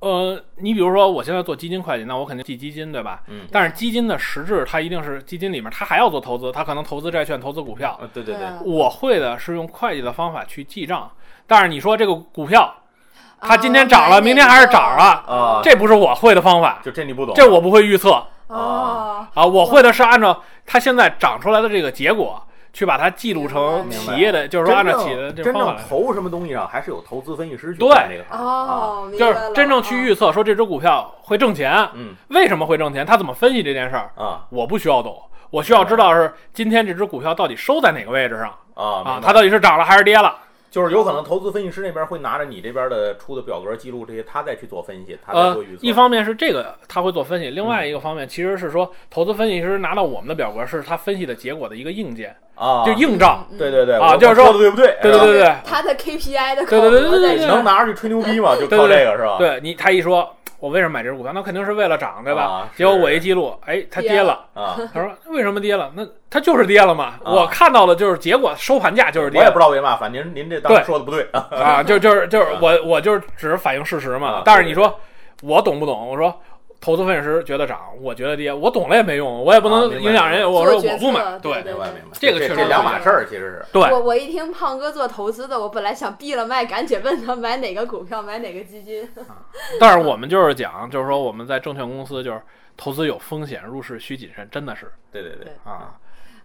[SPEAKER 1] 呃，你比如说，我现在做基金会计，那我肯定记基金，对吧？
[SPEAKER 3] 嗯
[SPEAKER 1] 但是基金的实质，它一定是基金里面，它还要做投资，它可能投资债券、投资股票。
[SPEAKER 3] 啊，对对对，
[SPEAKER 2] 啊
[SPEAKER 1] 我会的是用会计的方法去记账，但是你说这个股票它今天涨了
[SPEAKER 2] 啊
[SPEAKER 1] 明天还是涨了
[SPEAKER 3] 啊
[SPEAKER 1] 这不是我会的方法，
[SPEAKER 3] 就这你不懂，
[SPEAKER 1] 这我不会预测
[SPEAKER 2] 哦，
[SPEAKER 1] 啊。我会的是按照它现在长出来的这个结果去把它记录成
[SPEAKER 2] 明白
[SPEAKER 1] 企业的，就是说按照企业的这
[SPEAKER 3] 真
[SPEAKER 1] 个方
[SPEAKER 3] 正
[SPEAKER 1] 法
[SPEAKER 3] 正
[SPEAKER 1] 来。
[SPEAKER 3] 投入什么东西上，还是有投资分析师去
[SPEAKER 1] 对
[SPEAKER 3] 干这个事儿啊。
[SPEAKER 2] 哦，明白
[SPEAKER 1] 就是
[SPEAKER 2] 了
[SPEAKER 1] 真正去
[SPEAKER 2] 哦
[SPEAKER 1] 预测说这只股票会挣钱，
[SPEAKER 3] 嗯
[SPEAKER 1] 为什么会挣钱，它怎么分析这件事儿，
[SPEAKER 3] 啊
[SPEAKER 1] 我不需要懂，我需要知道是今天这只股票到底收在哪个位置上
[SPEAKER 3] 啊
[SPEAKER 1] 啊
[SPEAKER 3] 明，白
[SPEAKER 1] 它到底是涨了还是跌了。
[SPEAKER 3] 就是有可能投资分析师那边会拿着你这边的出的表格记录这些，他再去做分析，他再
[SPEAKER 1] 呃
[SPEAKER 3] 做预，测。
[SPEAKER 1] 一方面是这个他会做分析，另外一个方面其实是说，投资分析师拿到我们的表格是他分析的结果的一个硬件，
[SPEAKER 3] 啊，
[SPEAKER 1] 就硬仗。
[SPEAKER 2] 嗯
[SPEAKER 3] 对对对
[SPEAKER 1] 啊
[SPEAKER 3] 我
[SPEAKER 1] 就是说
[SPEAKER 3] 我的对不对？
[SPEAKER 1] 对对对对
[SPEAKER 2] 他的 KPI 的口
[SPEAKER 1] 对对对对
[SPEAKER 2] 播在
[SPEAKER 1] 对对
[SPEAKER 2] 这儿
[SPEAKER 3] 能拿着去吹牛逼嘛？就
[SPEAKER 1] 对
[SPEAKER 3] 靠
[SPEAKER 1] 对对
[SPEAKER 3] 这个是吧？
[SPEAKER 1] 对你，他一说，我为什么买这只股票？那肯定是为了涨，对吧
[SPEAKER 3] 啊？
[SPEAKER 1] 结果我
[SPEAKER 3] 是
[SPEAKER 1] 一记录，哎，它
[SPEAKER 2] 跌
[SPEAKER 1] 跌
[SPEAKER 2] 了
[SPEAKER 1] 了。
[SPEAKER 3] 啊，
[SPEAKER 1] 他说为什么跌了？那它就是跌了嘛。
[SPEAKER 3] 啊
[SPEAKER 1] 我看到的就是结果，收盘价就是
[SPEAKER 3] 我
[SPEAKER 1] 跌
[SPEAKER 3] 也不知道为嘛，反正您您这当时
[SPEAKER 1] 对
[SPEAKER 3] 说的不对啊
[SPEAKER 1] 啊，就就是就是
[SPEAKER 3] 啊
[SPEAKER 1] 我我就是只是反映事实
[SPEAKER 3] 啊
[SPEAKER 1] 嘛。但是你说我懂不懂？我说投资分析师觉得涨，我觉得跌，我懂了也没用，我也不
[SPEAKER 3] 啊
[SPEAKER 1] 能
[SPEAKER 3] 明白
[SPEAKER 1] 影响人家。
[SPEAKER 2] 做
[SPEAKER 1] 我说
[SPEAKER 2] 决
[SPEAKER 1] 我不
[SPEAKER 2] 策
[SPEAKER 1] 买，
[SPEAKER 2] 对
[SPEAKER 1] 对
[SPEAKER 2] 对
[SPEAKER 3] 明白明白，
[SPEAKER 1] 这个确实
[SPEAKER 3] 这
[SPEAKER 1] 是
[SPEAKER 3] 两码事儿，其实是
[SPEAKER 1] 对
[SPEAKER 2] 我我一听胖哥做投资的，我本来想闭了麦，赶紧问他买哪个股票，买哪个基金。
[SPEAKER 1] 但是我们就是讲，就是说我们在证券公司就是投资有风险，入市需谨慎，真的是
[SPEAKER 3] 对对对
[SPEAKER 2] 对
[SPEAKER 1] 啊。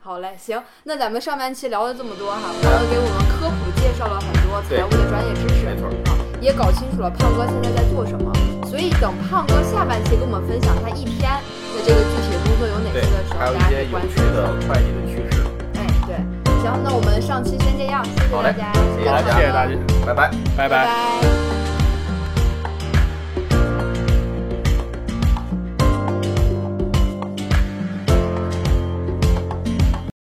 [SPEAKER 2] 好嘞，行，那咱们上半期聊了这么多哈，胖哥给我们科普介绍了很多财务的专业知识，
[SPEAKER 3] 没错
[SPEAKER 2] 啊，也搞清楚了胖哥现在在做什么。所以等胖哥下半期跟我们分享他一天的这个具体工作有哪
[SPEAKER 3] 对
[SPEAKER 2] 些的时，候，
[SPEAKER 3] 还有一
[SPEAKER 2] 大家可
[SPEAKER 3] 些
[SPEAKER 2] 以
[SPEAKER 3] 有
[SPEAKER 2] 关
[SPEAKER 3] 趣
[SPEAKER 2] 注。
[SPEAKER 3] 的会计的趣事，
[SPEAKER 2] 哎，对，行，那我们上期先这样，谢谢
[SPEAKER 3] 好
[SPEAKER 2] 大
[SPEAKER 3] 嘞
[SPEAKER 2] 家，
[SPEAKER 3] 谢谢大家
[SPEAKER 1] 谢谢大家，
[SPEAKER 3] 拜拜。
[SPEAKER 1] 拜
[SPEAKER 2] 拜拜